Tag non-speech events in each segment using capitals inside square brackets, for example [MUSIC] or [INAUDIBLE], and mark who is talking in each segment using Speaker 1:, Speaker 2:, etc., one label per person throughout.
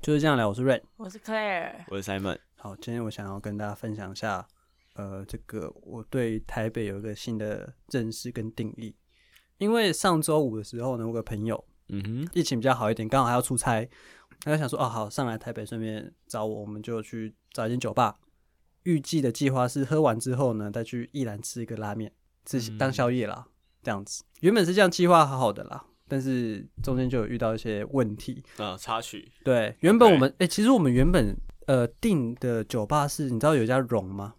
Speaker 1: 就是这样聊。我是 Red，
Speaker 2: 我是 Claire，
Speaker 3: 我是 Simon。
Speaker 1: 好，今天我想要跟大家分享一下，呃，这个我对台北有一个新的认识跟定义。因为上周五的时候呢，我有个朋友
Speaker 3: 嗯哼，
Speaker 1: 疫情比较好一点，刚好还要出差，他就想说，哦，好，上来台北顺便找我，我们就去找一间酒吧。预计的计划是喝完之后呢，再去一兰吃一个拉面，自己当宵夜啦，这样子。原本是这样计划好好的啦，但是中间就有遇到一些问题，
Speaker 3: 啊，插曲，
Speaker 1: 对，原本
Speaker 3: OK
Speaker 1: 我们哎、其实我们原本呃订的酒吧是，你知道有一家荣吗？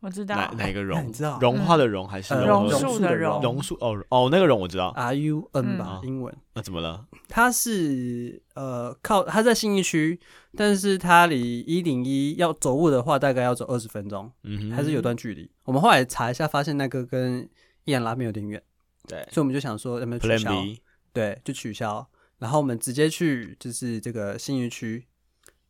Speaker 2: 我知
Speaker 3: 哪
Speaker 2: 道
Speaker 3: 哪一个
Speaker 1: 那
Speaker 3: 榕
Speaker 1: 你？嗯知道啊
Speaker 3: 融化的融还是
Speaker 1: 呃
Speaker 3: 融
Speaker 2: 榕
Speaker 3: 合
Speaker 2: 树的
Speaker 1: 榕
Speaker 2: 榕，
Speaker 3: 榕树？哦哦，那个榕我知道。
Speaker 1: R U N 吧，
Speaker 3: 嗯
Speaker 1: 英文。
Speaker 3: 那怎么了？
Speaker 1: 它是呃靠它在信义区，但是它离一零一要走路的话，大概要走二十分钟，
Speaker 3: 嗯哼，
Speaker 1: 还是有段距离。我们后来查一下，发现那个跟一兰拉面有点远，
Speaker 3: 对
Speaker 1: 所以我们就想说，能不能取
Speaker 3: Plan
Speaker 1: 消？
Speaker 3: B。
Speaker 1: 对，就取消。然后我们直接去就是这个信义区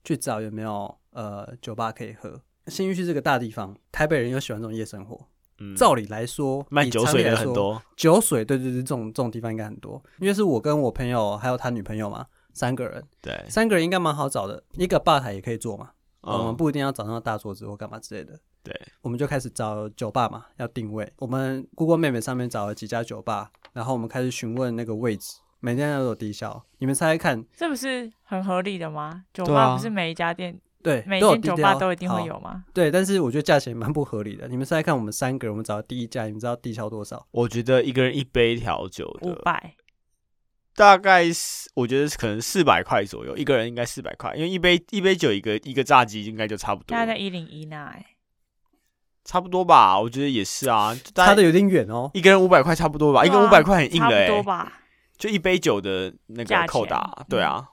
Speaker 1: 去找有没有呃酒吧可以喝。信义区这个大地方，台北人又喜欢这种夜生活。
Speaker 3: 嗯
Speaker 1: 照理来说，
Speaker 3: 卖
Speaker 1: 以
Speaker 3: 酒
Speaker 1: 常
Speaker 3: 水
Speaker 1: 理
Speaker 3: 的
Speaker 1: 来
Speaker 3: 很
Speaker 1: 说，
Speaker 3: 多。
Speaker 1: 酒水对对对，这种这种地方应该很多。因为是我跟我朋友还有他女朋友嘛，三个人，
Speaker 3: 对，
Speaker 1: 三个人应该蛮好找的。一个吧台也可以坐嘛，我们
Speaker 3: 嗯，
Speaker 1: 不一定要找上大桌子或干嘛之类的。
Speaker 3: 对，
Speaker 1: 我们就开始找酒吧嘛，要定位。我们 Google 妹妹上面找了几家酒吧，然后我们开始询问那个位置，每天都有低消。你们猜猜看，
Speaker 2: 这不是很合理的吗？酒
Speaker 3: 对啊
Speaker 2: 吧不是每一家店、
Speaker 1: 对，
Speaker 2: 每一
Speaker 1: 都有
Speaker 2: 间
Speaker 1: 低
Speaker 2: 酒
Speaker 1: 消，
Speaker 2: 吧都一定会
Speaker 1: 好。
Speaker 2: 有吗？
Speaker 1: 对，但是我觉得价钱蛮不合理的。你们猜猜看，我们三个人我们找到第一家，你们知道低消多少？
Speaker 3: 我觉得一个人一杯调酒
Speaker 2: 五
Speaker 3: 的，
Speaker 2: 百，
Speaker 3: 大概是我觉得是可能四百块左右，一个人应该四百块，因为一杯一杯酒一个一个炸鸡应该就差不多
Speaker 2: 大，概在一零一那，哎，
Speaker 3: 差不多吧，我觉得也是啊，就大
Speaker 1: 差的
Speaker 3: 概
Speaker 1: 有点远哦。
Speaker 3: 一个人五百块差不多吧，一个
Speaker 2: 对
Speaker 3: 人
Speaker 2: 啊
Speaker 3: 五百块很硬
Speaker 2: 差
Speaker 3: 的
Speaker 2: 不
Speaker 3: 欸
Speaker 2: 多，吧。
Speaker 3: 就一杯酒的那
Speaker 2: 价
Speaker 3: 个
Speaker 2: 钱
Speaker 3: 扣打
Speaker 2: 嗯，
Speaker 3: 对啊，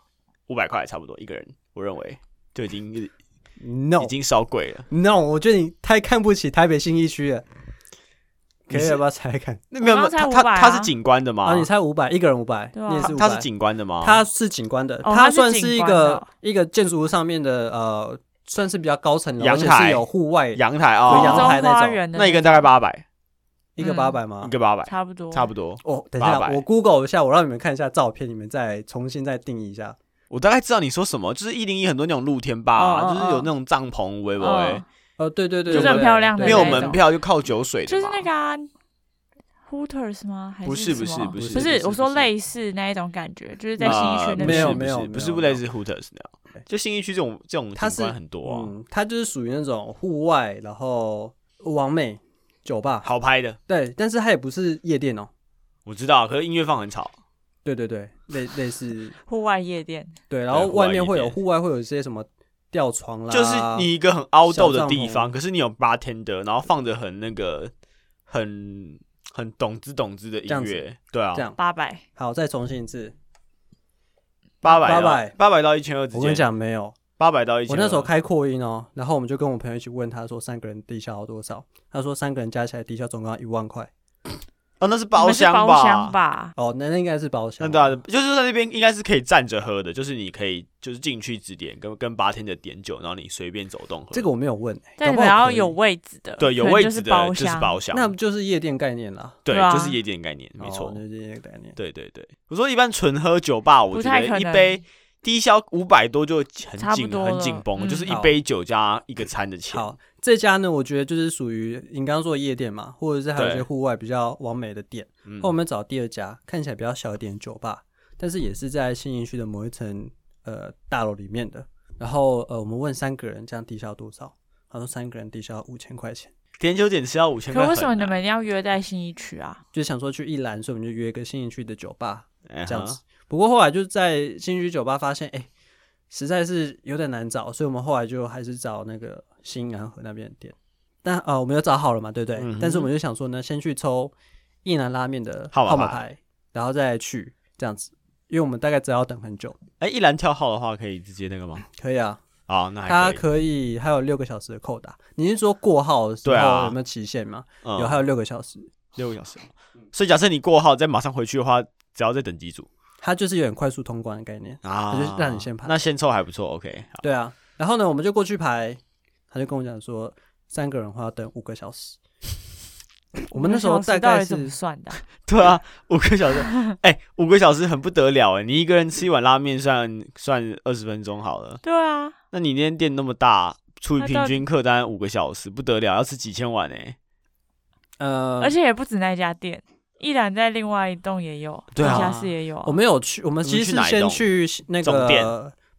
Speaker 3: 五百块差不多一个人，我认为就已经已
Speaker 1: No，
Speaker 3: 经稍贵了。
Speaker 1: No，我觉得你太看不起台北新一区了。可
Speaker 3: 你
Speaker 1: 以
Speaker 3: 是
Speaker 1: 了吧？猜看
Speaker 3: 那没有，没有
Speaker 2: 我刚刚才
Speaker 3: 他
Speaker 2: 500
Speaker 3: 他
Speaker 2: 啊
Speaker 3: 他是景观的吗
Speaker 1: 啊，？你猜五百，一个人五百，
Speaker 2: 对啊
Speaker 1: 你也
Speaker 3: 他
Speaker 1: 是五
Speaker 3: 他是
Speaker 1: 百。
Speaker 3: 景观的吗？
Speaker 1: 它是景观的，
Speaker 2: 哦
Speaker 1: 它
Speaker 2: 它是
Speaker 1: 算
Speaker 2: 景
Speaker 1: 是一
Speaker 2: 观的
Speaker 1: 个
Speaker 2: 哦
Speaker 1: 一个建筑物上面的呃，算是比较高层楼，而
Speaker 3: 阳
Speaker 1: 且是
Speaker 3: 台
Speaker 1: 有户外，
Speaker 3: 阳台
Speaker 1: 有
Speaker 3: 啊，
Speaker 1: 阳
Speaker 2: 中
Speaker 1: 台啊那
Speaker 2: 花
Speaker 1: 种
Speaker 2: 园的
Speaker 3: 那一个人大概八百，
Speaker 1: 一个
Speaker 2: 嗯
Speaker 1: 八百吗
Speaker 3: 一？个八百，
Speaker 2: 差不多，
Speaker 3: 差不多。
Speaker 1: 哦，等一下，
Speaker 3: 800
Speaker 1: 我 Google 一下，我让你们看一下照片，你们再重新再定义一下。
Speaker 3: 我大概知道你说什么，就是一零一很多那种露天吧、
Speaker 2: 哦哦
Speaker 3: 就是有那种帐篷，喂喂喂
Speaker 2: 嗯，，
Speaker 1: 呃，对对对，
Speaker 3: 就是
Speaker 1: 对
Speaker 3: 很
Speaker 1: 对
Speaker 2: 漂亮的
Speaker 1: 对
Speaker 3: 没有
Speaker 2: 那
Speaker 3: 门
Speaker 2: 种
Speaker 3: 票就靠酒水
Speaker 2: 就
Speaker 3: 的
Speaker 2: 是
Speaker 3: 嘛
Speaker 2: 那个啊 Hooters 吗？还
Speaker 3: 不
Speaker 2: 是
Speaker 3: 是不
Speaker 2: 什
Speaker 3: 是
Speaker 2: 么
Speaker 3: 不
Speaker 1: 不
Speaker 3: 是
Speaker 2: 不是，我说
Speaker 1: 累，
Speaker 2: 类似那一种感觉，就是在新一区
Speaker 3: 呃
Speaker 2: 那
Speaker 3: 不
Speaker 2: 边
Speaker 1: 没有
Speaker 3: 是
Speaker 1: 没有
Speaker 3: 不是
Speaker 1: 没
Speaker 3: 不是
Speaker 1: 有
Speaker 3: 不
Speaker 1: 没有
Speaker 3: 类似 Hooters 那
Speaker 1: 对
Speaker 3: 样，就新一区这种这种
Speaker 1: 它
Speaker 3: 景
Speaker 1: 是
Speaker 3: 观很多、啊，
Speaker 1: 嗯，它就是属于那种户外，然后完美酒吧，
Speaker 3: 好拍的，
Speaker 1: 对，但是它也不是夜店哦。
Speaker 3: 我知道，可是音乐放很吵，
Speaker 1: 对对对，类类似
Speaker 2: 户外夜店，
Speaker 1: 对，然后
Speaker 3: 户外
Speaker 1: 外面
Speaker 3: 一
Speaker 1: 会有
Speaker 3: 点
Speaker 1: 户外会有一些什么吊床啦，
Speaker 3: 就是你一个很 outdoor 的地
Speaker 1: 小帐
Speaker 3: 方，可是你有 bartender，然后放着很那个很很懂之懂之的
Speaker 1: 这
Speaker 3: 音
Speaker 1: 样子
Speaker 3: 乐，对啊
Speaker 1: 这，样。
Speaker 2: 八百，
Speaker 1: 好，再重新一次。
Speaker 3: 八百
Speaker 1: 800
Speaker 3: 八百到一千二之
Speaker 1: 我跟你
Speaker 3: 间，
Speaker 1: 讲，没有，
Speaker 3: 八百到一
Speaker 1: 我
Speaker 3: 千，
Speaker 1: 那时候开扩音哦，然后我们就跟我朋友一起问他说，三个人低消多少？他说三个人加起来低消总共要一万块。
Speaker 3: 哦那是
Speaker 2: 你
Speaker 3: 包
Speaker 2: 们是
Speaker 3: 厢吧，
Speaker 2: 包厢吧？
Speaker 1: 哦，那那应该是包
Speaker 3: 那
Speaker 1: 厢。
Speaker 3: 对啊，就是在那边应该是可以站着喝的，就是你可以就是进去指点跟跟八天的点酒，然后你随便走动喝。
Speaker 1: 这个我没有问、欸，
Speaker 2: 但
Speaker 1: 搞
Speaker 2: 你
Speaker 1: 不
Speaker 2: 们
Speaker 1: 好
Speaker 2: 要
Speaker 1: 可以
Speaker 2: 有位置的，
Speaker 3: 对有
Speaker 2: 可能
Speaker 3: 位
Speaker 2: 就
Speaker 3: 置的
Speaker 2: 包
Speaker 3: 就是
Speaker 2: 厢，
Speaker 3: 包厢，
Speaker 1: 那不就是夜店概念啦？
Speaker 3: 对
Speaker 2: 对啊
Speaker 3: 就是夜店概念，没错
Speaker 1: 哦。那就是夜店概念。
Speaker 3: 对对对，我说一般纯喝酒吧，我
Speaker 2: 不
Speaker 3: 觉
Speaker 2: 太可
Speaker 3: 得一
Speaker 2: 能
Speaker 3: 杯低消五百多就
Speaker 2: 差
Speaker 3: 很
Speaker 2: 不
Speaker 3: 紧
Speaker 2: 多
Speaker 3: 很
Speaker 2: 了
Speaker 3: 紧绷，
Speaker 2: 嗯
Speaker 3: 就是一
Speaker 1: 好
Speaker 3: 杯酒加一个餐的钱。
Speaker 1: 好，这家呢，我觉得就是属于你刚刚说的夜店嘛，或者是还有一些
Speaker 3: 对
Speaker 1: 户外比较完美的店。
Speaker 3: 嗯
Speaker 1: 后我们找第二家，看起来比较小一点的酒吧，但是也是在新营区的某一层呃大楼里面的。然后呃，我们问三个人这样低消多少？他说三个人低消五千块钱，
Speaker 3: 点酒点吃要五千块
Speaker 2: 可
Speaker 3: 很
Speaker 2: 为
Speaker 3: 难，
Speaker 2: 什么你们一定要约在新一区啊？
Speaker 1: 就想说去一兰，所以我们就约一个新营区的酒吧
Speaker 3: 哎
Speaker 1: 这样
Speaker 3: 哈
Speaker 1: 子。不过后来就在新营区酒吧发现，哎、实在是有点难找，所以我们后来就还是找那个新南河那边的店。但呃，我们有找好了嘛，对不对？
Speaker 3: 嗯哼
Speaker 1: 但是我们就想说呢，先去抽一兰拉面的
Speaker 3: 号码
Speaker 1: 号码
Speaker 3: 牌
Speaker 1: 牌，然后再去这样子，因为我们大概只要等很久。
Speaker 3: 哎，一兰跳号的话可以直接那个吗？
Speaker 1: 可以啊，
Speaker 3: 好，那
Speaker 1: 它
Speaker 3: 还
Speaker 1: 可
Speaker 3: 可以。
Speaker 1: 以还有六个小时的扣打。你是说过号的时
Speaker 3: 对啊
Speaker 1: 候有没有期限吗？
Speaker 3: 嗯
Speaker 1: 有，还有六个小时。
Speaker 3: 六个小时嘛。所以假设你过号再马上回去的话，只要再等几组
Speaker 1: 它就是有点快速通关的概念。
Speaker 3: 啊，
Speaker 1: 它就是让你先排
Speaker 3: 那先抽还不错，OK。
Speaker 1: 对啊，然后呢，我
Speaker 3: [LAUGHS]
Speaker 1: 们就过去排，他就跟我讲说，三个人的话要等五个小时。我们那时候大
Speaker 2: 到
Speaker 1: 概
Speaker 2: 底怎么
Speaker 1: 是
Speaker 2: 算
Speaker 1: [LAUGHS]
Speaker 2: 的啊？
Speaker 3: 对啊，五个小时，
Speaker 2: [LAUGHS]
Speaker 3: 哎、五个小时很不得了哎、你一个人吃一碗拉面算算二十分钟好了，
Speaker 2: 对啊，
Speaker 3: 那你那天店那么大，除以
Speaker 2: 那
Speaker 3: 平
Speaker 2: 到
Speaker 3: 均客单五个小时，不得了，要吃几千碗哎、
Speaker 1: 呃，
Speaker 2: 而且也不止那一家店，依然在另外一栋也有，
Speaker 3: 对啊
Speaker 2: 地下室也有啊。
Speaker 1: 我们有去，我们其实是
Speaker 3: 你们去哪一
Speaker 1: 先
Speaker 3: 栋
Speaker 1: 去那
Speaker 3: 总
Speaker 1: 个
Speaker 3: 店，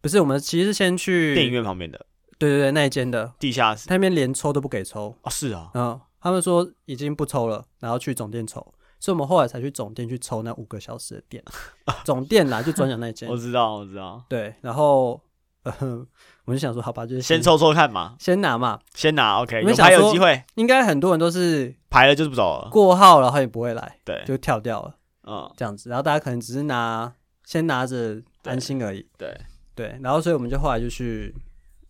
Speaker 1: 不是我们其实是先去
Speaker 3: 电影，院旁边的
Speaker 1: 对对对，那一间的，
Speaker 3: 地下室
Speaker 1: 他那边连抽都不给抽，
Speaker 3: 哦，是啊，
Speaker 1: 嗯，他们说已经不抽了，然后去总店抽，所以我们后来才去总店去抽那五个小时的
Speaker 3: [LAUGHS]
Speaker 1: 店，总店啦，就转角那一间
Speaker 3: 我，知道，我知道，
Speaker 1: 对，然后呃，我就想说，好吧，就是
Speaker 3: 先抽抽看嘛，
Speaker 1: 先拿嘛，
Speaker 3: 先拿 OK，
Speaker 1: 我们
Speaker 3: 有
Speaker 1: 想
Speaker 3: 排有
Speaker 1: 说
Speaker 3: 机会，
Speaker 1: 应该很多人都是
Speaker 3: 排了就是不走了，
Speaker 1: 过号，然后也不会来，
Speaker 3: 对，
Speaker 1: 就跳掉了
Speaker 3: 嗯，
Speaker 1: 这样子，然后大家可能只是拿先拿着安心而已，
Speaker 3: 对，
Speaker 1: 对，然后所以我们就后来就去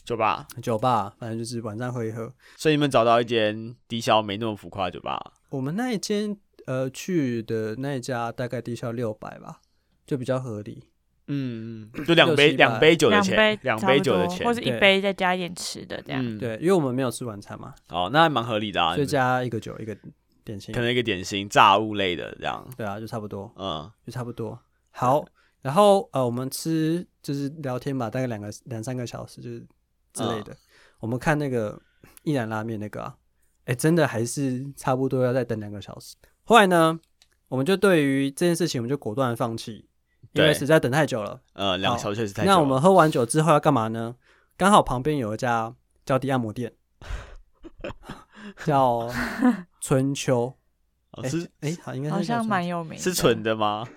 Speaker 3: 酒吧，
Speaker 1: 酒吧，反正就是晚上喝一喝。
Speaker 3: 所以你们找到一间低消没那么浮夸的酒吧，
Speaker 1: 我们那一间呃去的那一家大概低消六百吧，就比较合理。
Speaker 3: 嗯，嗯，就两
Speaker 1: 六
Speaker 3: 杯
Speaker 1: 七百
Speaker 3: 两杯酒的
Speaker 2: 两
Speaker 3: 钱
Speaker 2: 杯，
Speaker 3: 两
Speaker 2: 差不
Speaker 3: 杯酒的
Speaker 2: 多
Speaker 3: 钱
Speaker 2: 或，者一
Speaker 1: 对
Speaker 2: 杯再加一点吃的这样。
Speaker 3: 嗯，，
Speaker 1: 对，因为我们没有吃晚餐嘛，
Speaker 3: 哦，那还蛮合理的啊，
Speaker 1: 所以加一个酒一个点心
Speaker 3: 可，能一个点心、炸物类的这样，
Speaker 1: 对啊，就差不多，
Speaker 3: 嗯，
Speaker 1: 就差不多。好，然后呃，我们吃就是聊天吧，大概两个两三个小时就是之类
Speaker 3: 嗯
Speaker 1: 的。我们看那个一兰拉面那个啊，哎、真的还是差不多要再等两个小时。后来呢，我们就对于这件事情，我们就果断地放弃，因为
Speaker 3: 对
Speaker 1: 实在等太久了。
Speaker 3: 呃，两个小时确实太久了。
Speaker 1: 那我们喝完酒之后要干嘛呢？刚好旁边有一家脚底按摩
Speaker 3: [LAUGHS]
Speaker 1: 店，叫春秋。
Speaker 3: 哦
Speaker 1: 哎
Speaker 3: 是
Speaker 1: 哎、好，应该是
Speaker 2: 好
Speaker 1: 叫
Speaker 2: 像
Speaker 1: 春
Speaker 2: 蛮
Speaker 1: 秋
Speaker 2: 有名的，
Speaker 3: 是纯的吗？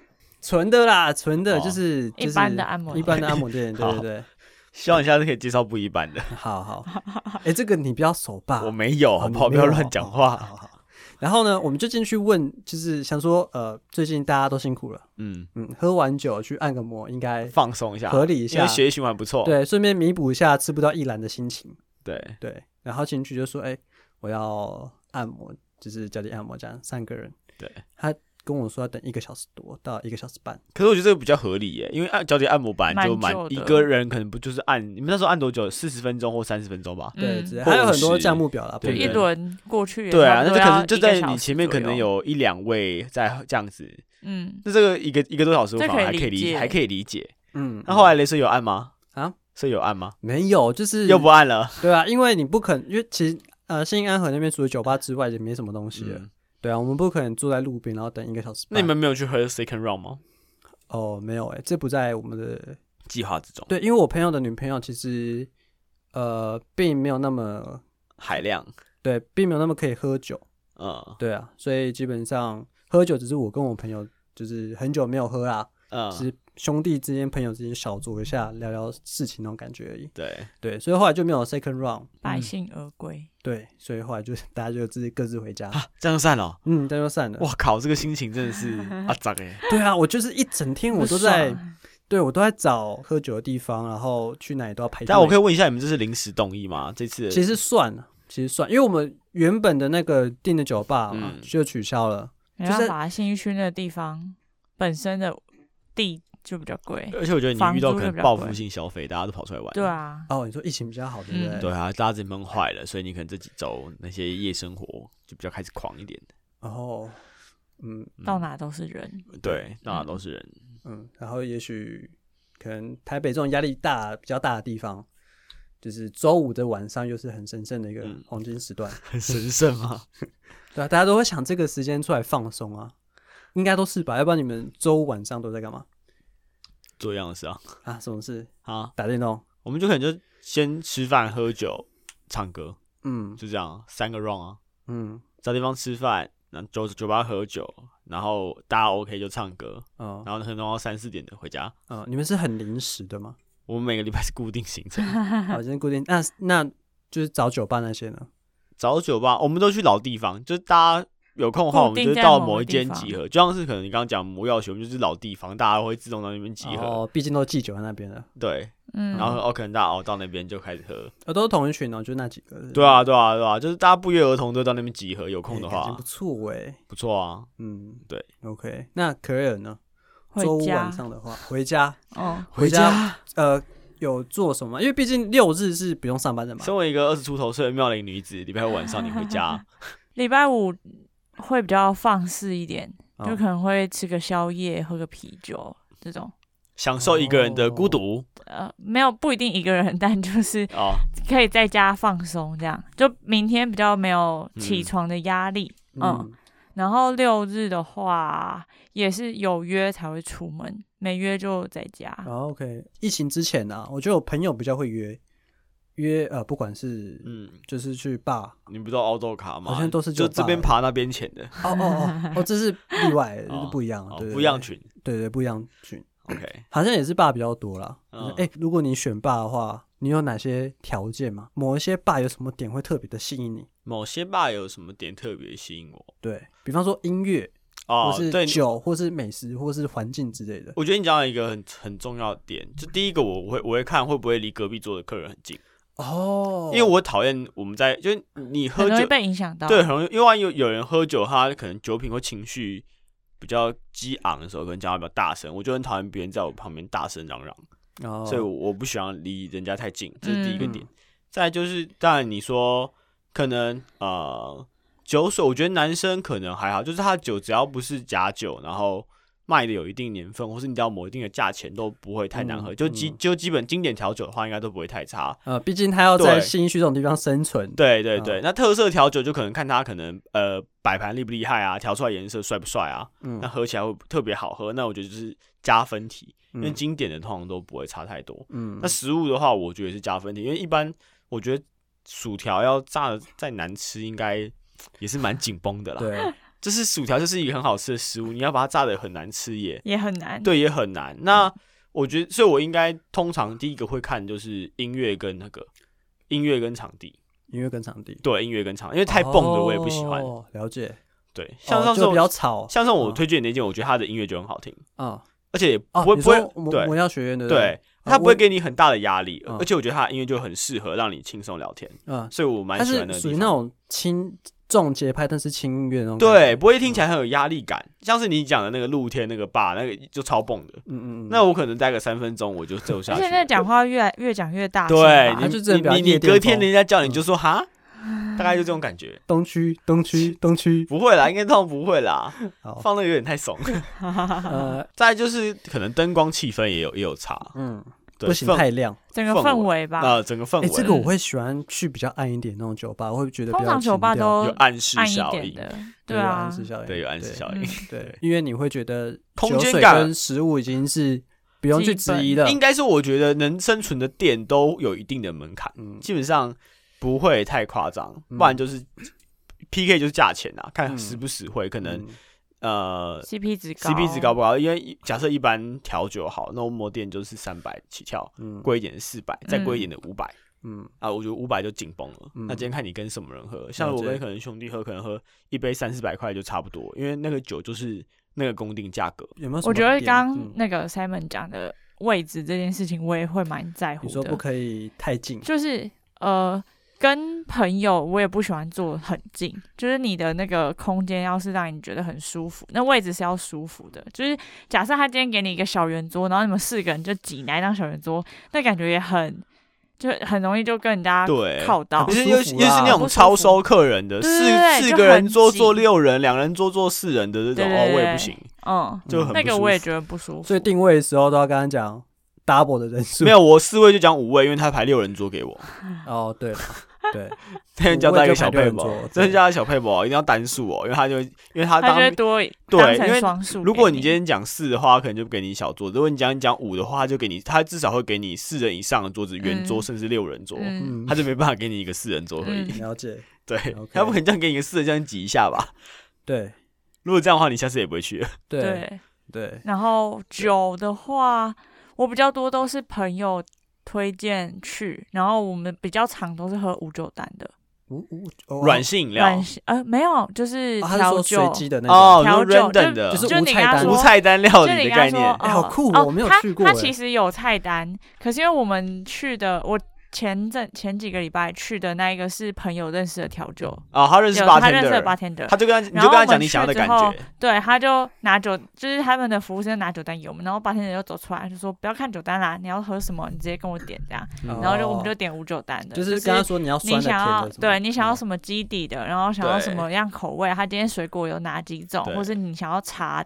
Speaker 1: 纯的啦，纯的
Speaker 3: 哦
Speaker 1: 就是、就
Speaker 2: 一
Speaker 1: 是
Speaker 2: 般的按摩
Speaker 1: 一
Speaker 2: 店
Speaker 1: 般的按摩店，对
Speaker 3: 好
Speaker 1: 对
Speaker 3: [LAUGHS]
Speaker 1: 对，
Speaker 3: 希望你下次可以介绍不一般
Speaker 1: [LAUGHS]
Speaker 3: 的。
Speaker 1: 好好。
Speaker 2: [LAUGHS]
Speaker 1: 哎、这个你不要手吧，
Speaker 3: 我没有，
Speaker 1: 哦
Speaker 3: 好
Speaker 1: 你
Speaker 3: 不好？
Speaker 1: 没
Speaker 3: 不要
Speaker 1: 有
Speaker 3: 乱
Speaker 1: 哦
Speaker 3: 讲
Speaker 1: 好
Speaker 3: 话。
Speaker 1: 好好。然后呢，我们就进去问，就是想说，呃，最近大家都辛苦了，
Speaker 3: 嗯，
Speaker 1: 嗯，喝完酒去按个摩应该
Speaker 3: 放松一下，
Speaker 1: 合理一
Speaker 3: 因
Speaker 1: 下
Speaker 3: 为，血液循环不错。
Speaker 1: 对，顺便弥补一下吃不到一兰的心情。
Speaker 3: 对，
Speaker 1: 对，然后进去就说：“哎、我要按摩，就是脚底按摩这样，三个人。”
Speaker 3: 对，
Speaker 1: 他跟我说要等一个小时多到一个小时半，
Speaker 3: 可是我觉得这个比较合理耶，因为按脚底按摩板
Speaker 2: 蛮
Speaker 3: 就蛮
Speaker 2: 久的
Speaker 3: 一个人可能不就是按你们那时候按多久？四十分钟或三十分钟吧。
Speaker 1: 对，
Speaker 2: 嗯
Speaker 1: 之类
Speaker 3: 或
Speaker 1: 还有很多
Speaker 3: 50
Speaker 1: 项目表啦，不
Speaker 3: 对
Speaker 2: 一
Speaker 1: 定
Speaker 3: 对
Speaker 2: 轮过去也
Speaker 3: 对
Speaker 2: 差
Speaker 3: 啊，那
Speaker 2: 不
Speaker 3: 就
Speaker 2: 多
Speaker 3: 可
Speaker 2: 要
Speaker 3: 能就
Speaker 2: 一个
Speaker 3: 在
Speaker 2: 小
Speaker 3: 你
Speaker 2: 时
Speaker 3: 前面可
Speaker 2: 左
Speaker 3: 能
Speaker 2: 右，
Speaker 3: 有一两位在这样子，
Speaker 2: 嗯，
Speaker 3: 那这个一个一个多小时我
Speaker 2: 这
Speaker 3: 反而还
Speaker 2: 可以
Speaker 3: 可以
Speaker 2: 理
Speaker 3: 理
Speaker 2: 解
Speaker 3: 还可以理解。
Speaker 1: 嗯，
Speaker 3: 那后来雷射有按吗？
Speaker 1: 啊，
Speaker 3: 射有按吗？
Speaker 1: 没有，就是
Speaker 3: 又不按了。
Speaker 1: 对啊，因为你不肯，因为其实呃，新安河那边除了酒吧之外也没什么东西了。
Speaker 3: 嗯
Speaker 1: 对啊，我们不可能坐在路边然后等一个小时半。
Speaker 3: 那你们没有去喝 second round 吗？
Speaker 1: 哦，没有哎、这不在我们的
Speaker 3: 计划之中，
Speaker 1: 对，因为我朋友的女朋友其实呃，并没有那么
Speaker 3: 海量，
Speaker 1: 对，并没有那么可以喝酒。
Speaker 3: 嗯
Speaker 1: 对啊，所以基本上喝酒只是我跟我朋友就是很久没有喝啦，只
Speaker 3: 嗯，
Speaker 1: 是兄弟之间、朋友之间小酌一下，聊聊事情那种感觉而已。
Speaker 3: 对，
Speaker 1: 对，所以后来就没有 second round。
Speaker 2: 百姓而归。
Speaker 1: 对，所以后来就大家就自己各自回家，
Speaker 3: 啊这样就散了。
Speaker 1: 嗯，这样就散了。
Speaker 3: 哇靠，这个心情真的是 [LAUGHS] 啊咋哎，
Speaker 1: 对啊，我就是一整天我
Speaker 2: 不
Speaker 1: 都在，
Speaker 2: 爽
Speaker 1: 对我都在找喝酒的地方，然后去哪里都要排队。
Speaker 3: 但我可以问一下，你们这是临时动议吗？这次
Speaker 1: 其实算了，其实算，因为我们原本的那个订的酒吧嘛、
Speaker 3: 嗯
Speaker 1: 就取消了。
Speaker 2: 没
Speaker 1: 就是
Speaker 2: 办法，信义区那个地方本身的地就比较贵。
Speaker 3: 而且我觉得你遇到可能报复性消费，大家都跑出来玩。
Speaker 2: 对，啊，
Speaker 1: 哦，你说疫情比较好，对不对？
Speaker 2: 嗯
Speaker 3: 对啊，大家真闷坏了，所以你可能这几周那些夜生活就比较开始狂一点。
Speaker 1: 然后，嗯，
Speaker 3: 嗯
Speaker 2: 到？哪都是人。
Speaker 3: 对，到哪都是人。
Speaker 1: 嗯，然后也许可能台北这种压力大、比较大的地方，就是周五的晚上又是很神圣的一个
Speaker 3: 嗯
Speaker 1: 黄金时段，
Speaker 3: 很神圣啊！
Speaker 1: 对啊，大家都会想这个时间出来放松啊，应该都是吧？要不然你们周五晚上都在干嘛
Speaker 3: [LAUGHS] 做一样的事啊
Speaker 1: 啊？什么事？
Speaker 3: 啊！
Speaker 1: 打电动？
Speaker 3: 我们就可能就先吃饭、喝酒、唱歌，
Speaker 1: 嗯
Speaker 3: 就这样啊三个 round 啊，
Speaker 1: 嗯
Speaker 3: 找地方吃饭，然后酒酒吧喝酒，然后大家 OK 就唱歌，
Speaker 1: 哦
Speaker 3: 然后可能到三四点的回家。
Speaker 1: 哦，你们是很临时的 [LAUGHS] 吗？
Speaker 3: 我们每个礼拜是固定行程， [LAUGHS]
Speaker 1: 好，今天固定那那就是找酒吧那些呢？
Speaker 3: 找酒吧，我们都去老地方，就是大家有空的话，我
Speaker 2: 固
Speaker 3: 们
Speaker 2: 定
Speaker 3: 就
Speaker 2: 在
Speaker 3: 到
Speaker 2: 某
Speaker 3: 某
Speaker 2: 个
Speaker 3: 一
Speaker 2: 地
Speaker 3: 间
Speaker 2: 方
Speaker 3: 集合，就像是可能你刚刚讲魔药学，我们就是老地方，大家会自动到那边集合，
Speaker 1: 哦，毕竟都寄酒在那边了，
Speaker 3: 对，
Speaker 2: 嗯，
Speaker 3: 然后哦，可能大家哦到那边就开始喝，
Speaker 1: 呃，都是同一群哦，就那几个。
Speaker 3: 对啊，对啊，对啊，就是大家不约而同都到那边集合，有
Speaker 1: 哎，
Speaker 3: 空的
Speaker 1: 感觉
Speaker 3: 话
Speaker 1: 不错哎、
Speaker 3: 不错啊，
Speaker 1: 嗯，
Speaker 3: 对
Speaker 1: ，OK。那 Career 呢？
Speaker 2: 回
Speaker 1: 周五
Speaker 2: 家
Speaker 1: 晚，上的话，回家
Speaker 2: 哦，
Speaker 1: 回家呃有做什么吗？因为毕竟六日是不用
Speaker 3: 哦
Speaker 1: 上班的嘛。
Speaker 3: 身为一个二十出头岁的妙龄女子，礼拜五晚上你回家，
Speaker 2: 礼拜五会比较放肆一点，
Speaker 1: 哦
Speaker 2: 就可能会吃个宵夜，喝个啤酒这种。
Speaker 3: 享受一个人的孤独
Speaker 2: 呃，没有不一定一个人，但就是
Speaker 3: 哦，
Speaker 2: 可以在家放松，这样就明天比较没有起
Speaker 3: 嗯
Speaker 2: 床的压力。嗯然后六日的话，也是有约才会出门，没约就在家。
Speaker 3: 哦
Speaker 1: 然后哦 OK，疫情之前呢、啊，我觉得我朋友比较会约约呃，不管是
Speaker 3: 嗯，
Speaker 1: 就是去吧，
Speaker 3: 你不知道澳洲卡吗？
Speaker 1: 好像都是
Speaker 3: 就
Speaker 1: 酒吧
Speaker 3: 这边爬那边潜的，
Speaker 1: 哦哦哦
Speaker 3: [LAUGHS]
Speaker 1: 哦，这是例外，这
Speaker 3: 哦
Speaker 1: 是不一样，
Speaker 3: 哦
Speaker 1: 对对
Speaker 3: 不一样，群。
Speaker 1: 对对对不一样群，
Speaker 3: OK，
Speaker 1: 好像也是爸比较多啦。哎、
Speaker 3: 嗯
Speaker 1: 诶如果你选爸的话，你有哪些条件吗？某一些爸有什么点会特别的吸引你？
Speaker 3: 某些吧有什么点特别吸引我？
Speaker 1: 对比方说音乐，
Speaker 3: 哦
Speaker 1: 或，是
Speaker 3: 对，
Speaker 1: 酒，或是美食，或是环境之类的。
Speaker 3: 我觉得你讲到一个很很重要的点，就第一个我会我会看会不会离隔壁桌的客人很近，
Speaker 1: 哦，
Speaker 3: 因为我会讨厌我们在就是你
Speaker 2: 很
Speaker 3: 喝
Speaker 2: 容易
Speaker 3: 酒
Speaker 2: 被影响到。
Speaker 3: 对，很容易，因为万一有有人喝酒，他可能酒品或情绪比较激昂的时候，可能讲话比较大声，我就很讨厌别人在我旁边大声嚷嚷，
Speaker 1: 哦，
Speaker 3: 所以我我不喜欢离人家太近，这是第一个
Speaker 2: 嗯
Speaker 3: 点。再来就是，当然你说可能呃酒水，我觉得男生可能还好，就是他的酒只要不是假酒，然后卖的有一定年份，或是你到某一定的价钱，都不会太难喝。
Speaker 1: 嗯
Speaker 3: 就基
Speaker 1: 嗯
Speaker 3: 就基本经典调酒的话，应该都不会太差。
Speaker 1: 呃，毕竟他要在
Speaker 3: 对
Speaker 1: 新区这种地方生存，
Speaker 3: 对对对，
Speaker 1: 嗯
Speaker 3: 那特色调酒就可能看它可能呃摆盘厉不厉害啊，调出来颜色帅不帅啊，
Speaker 1: 嗯
Speaker 3: 那，喝起来会特别好喝。那我觉得就是加分题，因为
Speaker 1: 嗯
Speaker 3: 经典的通常都不会差太多。
Speaker 1: 嗯
Speaker 3: 那食物的话，我觉得也是加分题，因为一般我觉得薯条要炸的再难吃，应该也是蛮紧绷的啦。
Speaker 1: 对，
Speaker 3: 就是薯条就是一个很好吃的食物，你要把它炸的很难吃也
Speaker 2: 也很
Speaker 1: 嗯
Speaker 2: 难。
Speaker 3: 对，也很难。那我觉得，所以我应该通常第一个会看就是音乐跟那个音乐跟场地。
Speaker 1: 音乐跟场地
Speaker 3: 对音乐跟唱，因为太蹦的我也不喜欢。
Speaker 1: 哦、了解，
Speaker 3: 对，像
Speaker 1: 哦
Speaker 3: 上次
Speaker 1: 就
Speaker 3: 我、
Speaker 1: 比较吵
Speaker 3: 像上次我
Speaker 1: 嗯
Speaker 3: 推荐你那件，我觉得他的音乐就很好听，
Speaker 1: 啊。
Speaker 3: 而且也不
Speaker 1: 哦，
Speaker 3: 会
Speaker 1: 你
Speaker 3: 不会
Speaker 1: 说魔
Speaker 3: 对
Speaker 1: 魔药学院的
Speaker 3: 对，，
Speaker 1: 啊
Speaker 3: 他不
Speaker 1: 我
Speaker 3: 会给你很大的压力，
Speaker 1: 嗯
Speaker 3: 而且我觉得他的音乐就很适合让你轻松聊天，
Speaker 1: 嗯，
Speaker 3: 所以我蛮
Speaker 1: 它
Speaker 3: 喜欢
Speaker 1: 是
Speaker 3: 那个
Speaker 1: 属于
Speaker 3: 地
Speaker 1: 那
Speaker 3: 方。
Speaker 1: 种轻重节拍，但是轻音乐那种。
Speaker 3: 对，，不会听起来很有压力感，像是你讲的那个露天那个坝，那个就超蹦的。
Speaker 1: 嗯嗯嗯嗯，
Speaker 3: 那我可能待个三分钟我就走下
Speaker 2: 而
Speaker 3: 去
Speaker 2: 且
Speaker 3: 了。
Speaker 2: 那讲话越来越讲越大声
Speaker 3: 对
Speaker 2: 吧
Speaker 1: 它
Speaker 3: 你
Speaker 1: 就真的比较
Speaker 3: 你你
Speaker 1: 夜
Speaker 3: 你
Speaker 1: 店
Speaker 3: 隔天
Speaker 1: 风
Speaker 3: 人家叫你
Speaker 1: 嗯
Speaker 3: 就说哈，大概就这种感觉。
Speaker 1: 东区东
Speaker 3: [LAUGHS]
Speaker 1: 区东区，
Speaker 3: 不会啦，应该通常不会啦，
Speaker 1: 好，
Speaker 3: 放的有点太怂。
Speaker 2: [LAUGHS]
Speaker 1: 呃，
Speaker 3: 再来就是可能灯光气氛也有也有差，
Speaker 1: 嗯，
Speaker 3: 对
Speaker 1: 不行
Speaker 3: 氛
Speaker 1: 太亮。
Speaker 2: 整个
Speaker 3: 氛
Speaker 2: 氛围吧，
Speaker 3: 呃，整个氛
Speaker 1: 哎，
Speaker 3: 围、
Speaker 1: 这个我会喜欢去比较暗一点那种酒吧，我会觉得
Speaker 2: 通
Speaker 1: 比较
Speaker 2: 常酒吧
Speaker 1: 情调
Speaker 2: 都
Speaker 3: 有暗示
Speaker 2: 暗一
Speaker 3: 效
Speaker 2: 点
Speaker 3: 应，
Speaker 2: 的，
Speaker 1: 对有
Speaker 2: 啊嗯
Speaker 1: 暗，示效应，
Speaker 3: 对，有暗示效应。
Speaker 1: 对
Speaker 3: 对，
Speaker 1: 因为你会觉得
Speaker 3: 空
Speaker 1: 酒
Speaker 3: 间
Speaker 1: 水
Speaker 3: 感
Speaker 1: 跟食物已经是不用去质疑的，
Speaker 3: 应该是我觉得能生存的店都有一定的门槛，
Speaker 1: 嗯
Speaker 3: 基本上不会太夸张，
Speaker 1: 嗯
Speaker 3: 不然就是 PK 就是价钱啊，看
Speaker 1: 嗯
Speaker 3: 实不实惠，可能
Speaker 1: 嗯
Speaker 3: 呃
Speaker 2: CP 值高啊
Speaker 3: CP 值高不高？因为假设一般调酒好，那我摸店就是三百起跳，
Speaker 1: 嗯
Speaker 3: 贵一点四百，再贵一点的五百。
Speaker 1: 嗯
Speaker 3: 啊，我觉得五百就紧绷了。
Speaker 1: 嗯
Speaker 3: 那今天看你跟什么人喝，像
Speaker 1: 了
Speaker 3: 我
Speaker 1: 解
Speaker 3: 跟可能兄弟喝，可能喝一杯三四百块就差不多，因为那个酒就是那个公定价格。
Speaker 1: 有没有什么点？
Speaker 2: 我觉得刚
Speaker 1: 嗯
Speaker 2: 那个 Simon 讲的位置这件事情，我也会蛮在乎
Speaker 1: 你说不
Speaker 2: 的，
Speaker 1: 可以太近，
Speaker 2: 就是呃。跟朋友，我也不喜欢坐很近，就是你的那个空间要是让你觉得很舒服，那位置是要舒服的。就是假设他今天给你一个小圆桌，然后你们四个人就挤那一张小圆桌，那感觉也很，就很容易就跟人家
Speaker 3: 对，
Speaker 2: 靠到
Speaker 3: 就。是
Speaker 1: 不
Speaker 3: 又又
Speaker 1: 舒
Speaker 3: 是
Speaker 1: 服啦
Speaker 3: 那种
Speaker 2: 不舒服
Speaker 3: 超收客人的，
Speaker 2: 对
Speaker 3: 四
Speaker 2: 对对
Speaker 3: 四
Speaker 2: 就
Speaker 3: 个人
Speaker 2: 很
Speaker 3: 桌坐
Speaker 2: 挤
Speaker 3: 六人，两人桌坐四人的这
Speaker 2: 对
Speaker 3: 种，
Speaker 2: 对
Speaker 3: 哦，我也
Speaker 2: 对
Speaker 3: 不行，
Speaker 2: 嗯，
Speaker 3: 就
Speaker 1: 嗯
Speaker 3: 很
Speaker 2: 那
Speaker 3: 不
Speaker 2: 个
Speaker 3: 舒
Speaker 2: 我也
Speaker 3: 服
Speaker 2: 觉得不舒服。
Speaker 1: 所以定位的时候都要跟他讲 double 的人数。
Speaker 3: 没有，我四位就讲五位，因为他排六人桌给我， [LAUGHS]
Speaker 1: 哦，对了，对，
Speaker 2: [LAUGHS]
Speaker 3: 他叫他一个小配
Speaker 1: 五位就排
Speaker 3: 宝
Speaker 1: 六人桌，
Speaker 3: 真的叫他小配宝，一定要单数哦，因为他就因为他
Speaker 2: 他
Speaker 3: 当
Speaker 2: 就会多
Speaker 3: 对
Speaker 2: 当
Speaker 3: 因
Speaker 2: 成
Speaker 3: 为
Speaker 2: 双数给。嗯
Speaker 3: 如果你今天讲四的话，可能就给你小桌子；如果你讲讲五的话，他就给你，他至少会给你四人以上的桌子，圆桌
Speaker 2: 嗯
Speaker 3: 甚至六人桌，
Speaker 2: 嗯，
Speaker 1: 嗯
Speaker 3: 他，就没办法给你一个四人桌而已。
Speaker 2: 嗯
Speaker 1: 了
Speaker 3: [LAUGHS]
Speaker 1: 解，
Speaker 3: 对
Speaker 1: OK，
Speaker 3: 他不可能这样给你一个四人，这样挤一下吧？
Speaker 1: 对
Speaker 3: 如果这样的话，你下次也不会去了。
Speaker 1: 对
Speaker 2: 对，
Speaker 1: 对，
Speaker 2: 然后酒的话，我比较多都是朋友推荐去，然后我们比较常都是喝无酒单的
Speaker 1: 五五哦
Speaker 3: 软性饮料
Speaker 2: 软呃没有，就是
Speaker 1: 啊他是
Speaker 2: 调
Speaker 1: 说
Speaker 2: 酒
Speaker 1: 随，机的那
Speaker 3: 哦，
Speaker 1: 种，
Speaker 3: 就
Speaker 2: 调酒
Speaker 3: random
Speaker 1: 就
Speaker 3: 的，
Speaker 1: 是
Speaker 2: 就
Speaker 1: 无
Speaker 2: 你
Speaker 1: 菜
Speaker 2: 跟他
Speaker 1: 单
Speaker 2: 说
Speaker 3: 无菜单料
Speaker 2: 就
Speaker 3: 理
Speaker 2: 你
Speaker 3: 的
Speaker 2: 跟他
Speaker 3: 概
Speaker 2: 说
Speaker 3: 念。
Speaker 1: 哎好酷
Speaker 2: 哦
Speaker 1: 我没有
Speaker 2: 他
Speaker 1: 去过
Speaker 2: 他
Speaker 1: 哎
Speaker 2: 其实有菜单，可是因为我们去的我前阵前几个礼拜去的那一个是朋友认识的调酒，
Speaker 3: 啊，他认识
Speaker 2: 有
Speaker 3: 八
Speaker 2: 他
Speaker 3: 天
Speaker 2: 认识
Speaker 3: 的
Speaker 2: 的
Speaker 3: 人，
Speaker 2: 八天的，
Speaker 3: 他就跟他你
Speaker 2: 然后
Speaker 3: 就跟他
Speaker 2: 我
Speaker 3: 讲
Speaker 2: 们
Speaker 3: 你想要的
Speaker 2: 去
Speaker 3: 感
Speaker 2: 之后
Speaker 3: 觉，
Speaker 2: 对，他就拿酒，就是他们的服务生拿酒单给我们，然后八天人就走出来就说不要看酒单啦，你要喝什么你直接跟我点这样，
Speaker 3: 嗯
Speaker 2: 然后就我们就
Speaker 1: 哦
Speaker 2: 点无酒单的，
Speaker 1: 就是
Speaker 2: 是
Speaker 1: 跟他说你要酸
Speaker 2: 你
Speaker 1: 的、甜
Speaker 2: 想要
Speaker 1: 的什么，
Speaker 2: 对你想要
Speaker 1: 嗯
Speaker 2: 什么基底的，然后想要什
Speaker 3: 对
Speaker 2: 么样口味，他今天水果有哪几种，
Speaker 3: 对
Speaker 2: 或是你想要茶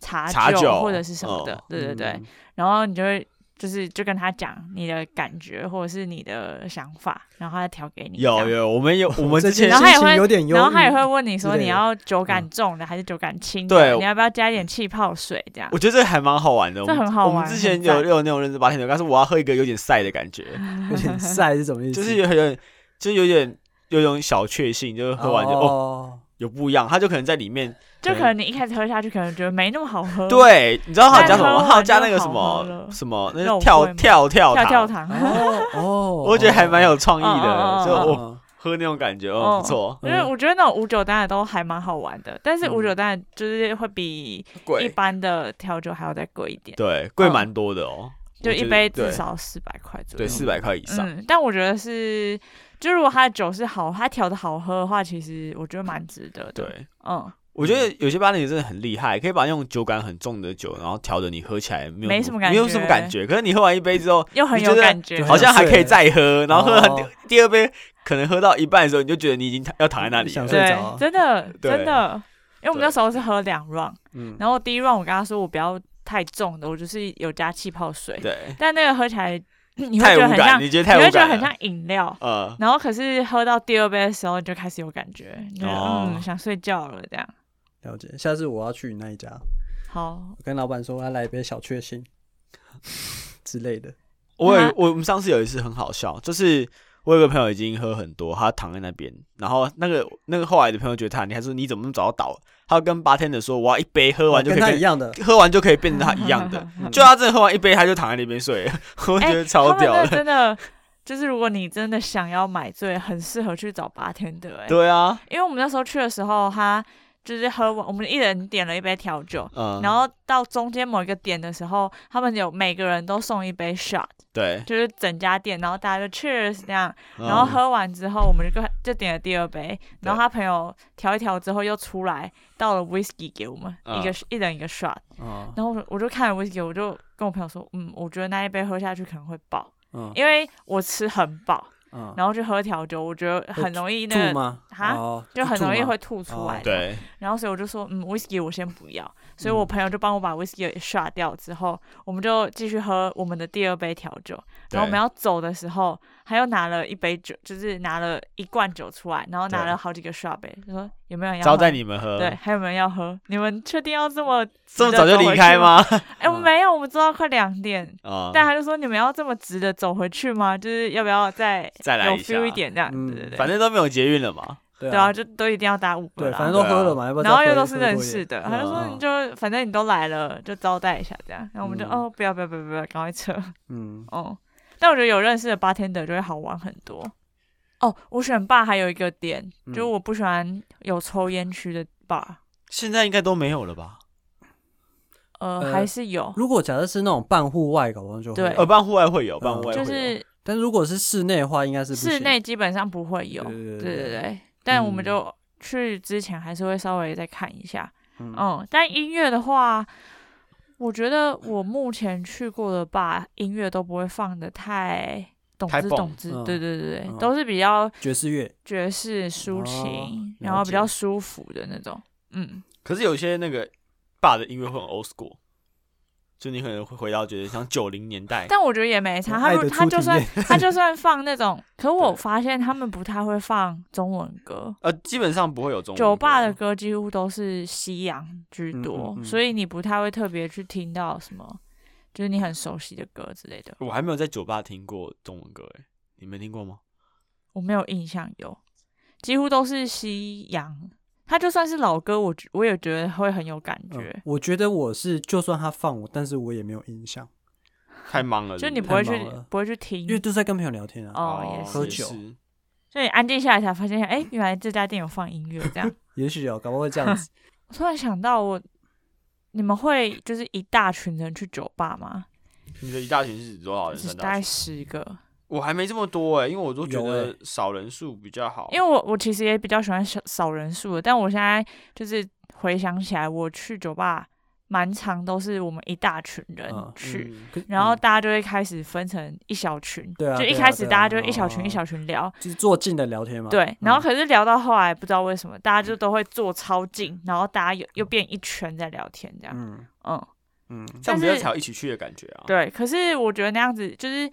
Speaker 2: 茶
Speaker 3: 茶酒
Speaker 2: 或者是什么的，对对对，
Speaker 1: 嗯
Speaker 2: 然后你就会就是就跟他讲你的感觉或者是你的想法，然后他调给你。这
Speaker 3: 有
Speaker 2: 样。
Speaker 3: 有，我
Speaker 2: [LAUGHS]
Speaker 3: 们有嗯我们
Speaker 1: 这
Speaker 3: 之前
Speaker 2: 然后他也
Speaker 1: 心情
Speaker 2: 会
Speaker 1: 有点忧郁
Speaker 2: 然后他也会问你说
Speaker 1: 之类的
Speaker 2: 你要酒感重的还是酒感轻的，
Speaker 3: 嗯对
Speaker 2: 你要不要加一点气泡水这样
Speaker 3: 我？觉得这个还蛮好玩的，我们
Speaker 2: 这很好玩
Speaker 3: 我们之前
Speaker 2: 很赞
Speaker 3: 有有那种认识八天的，但是我要喝一个有点晒的感觉，
Speaker 1: 有点晒是什么意思？
Speaker 3: 就是有点，就是有点有种小确幸，就是喝完就哦
Speaker 1: 哦，
Speaker 3: 有不一样，他就可能在里面，
Speaker 2: 就可能你一开始喝下去，可能觉得没那么好喝，，
Speaker 3: 对，你知道他有加什
Speaker 2: 但喝
Speaker 3: 么？
Speaker 2: 完
Speaker 3: 他有加那
Speaker 2: 就
Speaker 3: 个什
Speaker 2: 好喝
Speaker 3: 么
Speaker 2: 了
Speaker 3: 什么，那
Speaker 2: 肉
Speaker 3: 是跳
Speaker 2: 桂吗
Speaker 3: 跳跳
Speaker 2: 跳跳
Speaker 3: 糖，
Speaker 2: 糖。
Speaker 1: 哦哦，
Speaker 3: [LAUGHS] 我觉得还蛮有创意
Speaker 2: 哦
Speaker 3: 的，
Speaker 2: 哦
Speaker 3: 就
Speaker 2: 哦
Speaker 3: 我
Speaker 1: 哦
Speaker 3: 喝那种感觉，
Speaker 2: 哦
Speaker 3: 哦，不错，
Speaker 2: 因为我觉得那种无酒单的都还蛮好玩的，但是
Speaker 1: 嗯
Speaker 2: 无酒单的就是会比一
Speaker 3: 贵，
Speaker 2: 般的调酒还要再贵一点，
Speaker 3: 对，贵
Speaker 2: 嗯
Speaker 3: 蛮多的哦，
Speaker 2: 就
Speaker 3: 我觉
Speaker 2: 一
Speaker 3: 得
Speaker 2: 杯
Speaker 3: 对
Speaker 2: 至少四百块左右
Speaker 3: 对。四百块以上，
Speaker 2: 嗯，但我觉得是，就如果他的酒是好，他调的好喝的话，其实我觉得蛮值得的。，
Speaker 3: 对。
Speaker 2: 嗯，
Speaker 3: 我觉得有些巴黎真的很厉害，可以把那种酒感很重的酒，然后调的你喝起来没有
Speaker 2: 没什么感
Speaker 3: 没有什么感觉。可是你喝完一杯之后，
Speaker 2: 又很
Speaker 3: 你
Speaker 2: 有
Speaker 3: 觉得
Speaker 2: 感觉
Speaker 1: 就，
Speaker 3: 好像还可以
Speaker 1: 对
Speaker 3: 再喝，然后喝
Speaker 1: 哦
Speaker 3: 完第二杯，可能喝到一半的时候，你就觉得你已经躺要躺在那里
Speaker 1: 想
Speaker 3: 了。
Speaker 1: 睡
Speaker 2: 对
Speaker 1: 着啊，
Speaker 2: 真的
Speaker 3: 对
Speaker 2: 真的，因为我们
Speaker 3: 对
Speaker 2: 那时候是喝两 round，
Speaker 1: 嗯，
Speaker 2: 然后第一 round 我跟他说我不要太重的，我就是有加气泡水，
Speaker 3: 对，
Speaker 2: 但那个喝起
Speaker 3: [LAUGHS]
Speaker 2: 来你会
Speaker 3: 太
Speaker 2: 觉得
Speaker 3: 无
Speaker 2: 很
Speaker 3: 感，
Speaker 2: 像，
Speaker 3: 你觉得
Speaker 2: 你
Speaker 3: 太
Speaker 2: 会觉
Speaker 3: 无
Speaker 2: 得
Speaker 3: 感
Speaker 2: 很
Speaker 3: 了。
Speaker 2: 像饮料。
Speaker 3: 呃，
Speaker 2: 然后可是喝到第二杯的时候，你就开始有感觉，你就、
Speaker 3: 哦
Speaker 2: 嗯想睡觉了这样。
Speaker 1: 了解。下次我要去你那一家，
Speaker 2: 好，
Speaker 3: [LAUGHS]
Speaker 1: 我跟老板说我要来一杯小确幸之类的。
Speaker 3: 我
Speaker 2: 那
Speaker 3: 有我我们上次有一次很好笑，就是我有个朋友已经喝很多，他躺在那边，然后那个那个后来的朋友觉得他，你还说你怎么那么早倒？他跟八天的说，我要一杯喝
Speaker 1: 喝
Speaker 3: 完就可
Speaker 1: 跟
Speaker 2: 哦
Speaker 3: 以
Speaker 1: 他一
Speaker 3: 变，
Speaker 1: 样的，
Speaker 3: 喝完就可以变成他一
Speaker 2: [LAUGHS]
Speaker 3: 样的。
Speaker 1: 嗯
Speaker 3: 就他真的喝完一杯，他就躺在那边睡了， [LAUGHS] 我觉
Speaker 2: 哎，
Speaker 3: 得超屌
Speaker 2: 他们那
Speaker 3: 的。
Speaker 2: 真的就是如果你真的想要买醉，很适合去找八天的哎，
Speaker 3: 对啊，
Speaker 2: 因为我们那时候去的时候，他就是喝完，我们一人点了一杯调酒。
Speaker 3: 嗯，
Speaker 2: 然后到中间某一个点的时候，他们有每个人都送一杯 shot，
Speaker 3: 对，
Speaker 2: 就是整家店，然后大家就 cheers 这样，
Speaker 3: 嗯
Speaker 2: 然后喝完之后，我们就就点了第二杯，然后
Speaker 3: 对
Speaker 2: 他朋友调一调之后又出来倒了 whisky 给我们，
Speaker 3: 嗯
Speaker 2: 一个一人一个 shot，
Speaker 1: 啊，
Speaker 2: 然后我我就看了 whisky，我就跟我朋友说，嗯，我觉得那一杯喝下去可能会饱，
Speaker 1: 嗯
Speaker 2: 因为我吃很饱，
Speaker 1: 嗯，
Speaker 2: 然后去喝调酒，我觉得很容易那
Speaker 1: 吐
Speaker 2: 个。
Speaker 1: 吗？
Speaker 2: 哈
Speaker 1: 哦
Speaker 2: 就很
Speaker 1: 吐
Speaker 2: 容易
Speaker 1: 吗
Speaker 2: 会吐出来，
Speaker 1: 哦
Speaker 3: 对，
Speaker 2: 然后所以我就说，嗯，whisky 我先不要，所以我
Speaker 1: 嗯
Speaker 2: 朋友就帮我把 whisky 也刷掉之后，我们就继续喝我们的第二杯调酒。然后我们
Speaker 3: 对
Speaker 2: 要走的时候，他又拿了一杯酒，就是拿了一罐酒出来，然后拿
Speaker 3: 对
Speaker 2: 了好几个刷杯，就说有没有人要
Speaker 3: 招
Speaker 2: 喝？
Speaker 3: 待你们喝，
Speaker 2: 对，，还有没有人要喝？你们确定要这么
Speaker 3: 这么早就离开？吗？
Speaker 2: 哎、我
Speaker 1: 嗯
Speaker 2: 没有，我们知道快两点。
Speaker 3: 啊，
Speaker 2: 但他就说你们要这么直的走回去吗？就是要不要再
Speaker 3: 再来
Speaker 2: 有
Speaker 3: 一下
Speaker 2: feel 一点这样？
Speaker 1: 嗯
Speaker 2: 对对对，
Speaker 3: 反正都没有捷运了嘛，
Speaker 1: 对
Speaker 2: 对
Speaker 1: 啊
Speaker 2: 啊，，就都一定要打五个
Speaker 1: 对，
Speaker 2: 啦。
Speaker 1: 反正都
Speaker 3: 对啊
Speaker 1: 喝了嘛，要不要再
Speaker 2: 然后
Speaker 1: 喝
Speaker 2: 又
Speaker 1: 一
Speaker 2: 都
Speaker 1: 喝
Speaker 2: 是
Speaker 1: 多
Speaker 2: 认
Speaker 1: 一
Speaker 2: 识
Speaker 1: 点
Speaker 2: 的，他就说
Speaker 1: 嗯
Speaker 2: 你就反正你都来了，就招待一下这样。然后我们就
Speaker 1: 嗯
Speaker 2: 哦不要不要不要不要，赶快撤
Speaker 1: 嗯，
Speaker 2: 哦。但我觉得有认识的 bartender 就会好玩很多。哦，我选 bar 还有一个点，就是
Speaker 1: 嗯
Speaker 2: 我不喜欢有抽烟区的 bar，
Speaker 3: 现在应该都没有了吧？
Speaker 2: 呃
Speaker 1: 呃
Speaker 2: 还是有，
Speaker 1: 如果假设是那种半户外，搞不好就会
Speaker 2: 对
Speaker 1: 有
Speaker 3: 呃，办户外会有，
Speaker 1: 嗯
Speaker 3: 办户外会
Speaker 2: 就
Speaker 3: 有
Speaker 2: 是
Speaker 1: 但如果是室内的话，应该是不
Speaker 2: 室
Speaker 1: 行
Speaker 2: 内基本上不会有。
Speaker 1: 对对
Speaker 2: 对
Speaker 1: 对
Speaker 2: 对
Speaker 1: 对
Speaker 2: 对，但我们
Speaker 1: 嗯
Speaker 2: 就去之前还是会稍微再看一下。
Speaker 1: 嗯
Speaker 2: 嗯，但音乐的话，我觉得我目前去过的吧，音乐都不会放的太懂
Speaker 3: 太
Speaker 2: 之
Speaker 3: 蹦
Speaker 2: 懂之，
Speaker 1: 嗯
Speaker 2: 对对对对，
Speaker 1: 嗯
Speaker 2: 都是比较
Speaker 1: 爵士乐，
Speaker 2: 爵士抒
Speaker 1: 哦
Speaker 2: 情，
Speaker 1: 了
Speaker 2: 然后比
Speaker 1: 解
Speaker 2: 较舒服的那种。嗯，
Speaker 3: 可是有些那个爸的音乐会很 old school，就你可能会回到觉得像九零年代，
Speaker 2: 但我觉得也没差。他
Speaker 1: 哎爱
Speaker 2: 如
Speaker 1: 的
Speaker 2: 他
Speaker 1: 初
Speaker 2: 就
Speaker 1: 体
Speaker 2: 算
Speaker 1: 验
Speaker 2: 他就算放那
Speaker 1: [LAUGHS]
Speaker 2: 种，可我
Speaker 3: 对
Speaker 2: 发现他们不太会放中文歌，
Speaker 3: 呃，基本上不会有中文
Speaker 2: 酒吧
Speaker 3: 歌
Speaker 2: 的歌几乎都是西洋居
Speaker 1: 嗯嗯
Speaker 2: 多，
Speaker 1: 嗯
Speaker 2: 所以你不太会特别去听到什么，就是你很熟悉的歌之类的。
Speaker 3: 我还没有在酒吧听过中文歌，哎，你没听过
Speaker 2: [LAUGHS]
Speaker 3: 吗？
Speaker 2: 我没有印象有，几乎都是西洋。他就算是老歌，我觉我也觉得会很有感觉。
Speaker 1: 嗯我觉得我是就算他放我，但是我也没有印象，
Speaker 3: 太忙了，
Speaker 2: 就你
Speaker 3: 对
Speaker 2: 不会
Speaker 1: 嗯太
Speaker 2: 去
Speaker 1: 忙了
Speaker 2: 不会去听
Speaker 1: 因为，都是在跟朋友聊天啊，
Speaker 2: 哦也
Speaker 1: 喝
Speaker 3: 也
Speaker 1: 酒
Speaker 3: 是
Speaker 2: 所以你安静下来才发现，哎、原来这家店有放音乐这样。 [LAUGHS]
Speaker 1: 也许哦，搞不好会这样子。
Speaker 2: 我突然想到我，你们会就是一大群人去酒吧吗？
Speaker 3: 你的一大群是指多少人？
Speaker 1: 哦
Speaker 2: 就是
Speaker 3: 三
Speaker 2: 大
Speaker 3: 大
Speaker 2: 概
Speaker 3: 群
Speaker 2: 十个，
Speaker 3: 我还没这么多哎、因为我都觉
Speaker 1: 有
Speaker 3: 得
Speaker 1: 欸
Speaker 3: 少人数比较好。
Speaker 2: 因为我我其实也比较喜欢少少人数的，但我现在就是回想起来，我去酒吧蛮常都是我们一大群人
Speaker 1: 嗯
Speaker 2: 去。
Speaker 3: 嗯
Speaker 1: 可
Speaker 2: [LAUGHS] 然后
Speaker 1: 嗯
Speaker 2: 大家就会开始分成一小群，
Speaker 1: 对啊
Speaker 2: 就一
Speaker 1: 对啊
Speaker 2: 开始
Speaker 1: 对啊
Speaker 2: 大家就
Speaker 1: 哦
Speaker 2: 一小
Speaker 1: 哦
Speaker 2: 群
Speaker 1: 哦
Speaker 2: 一小群聊，
Speaker 1: 就是坐近的聊天嘛。
Speaker 2: 对。啊然后
Speaker 1: 嗯
Speaker 2: 可是聊到后来，不知道为什么大家就都会坐超近，然后大家又又变一圈在聊天这样，
Speaker 1: 嗯
Speaker 2: 嗯，
Speaker 1: 嗯，
Speaker 3: 这
Speaker 2: 但
Speaker 3: 样比较
Speaker 2: 是
Speaker 3: 才有一起去的感觉啊。
Speaker 2: 对，可是我觉得那样子就是，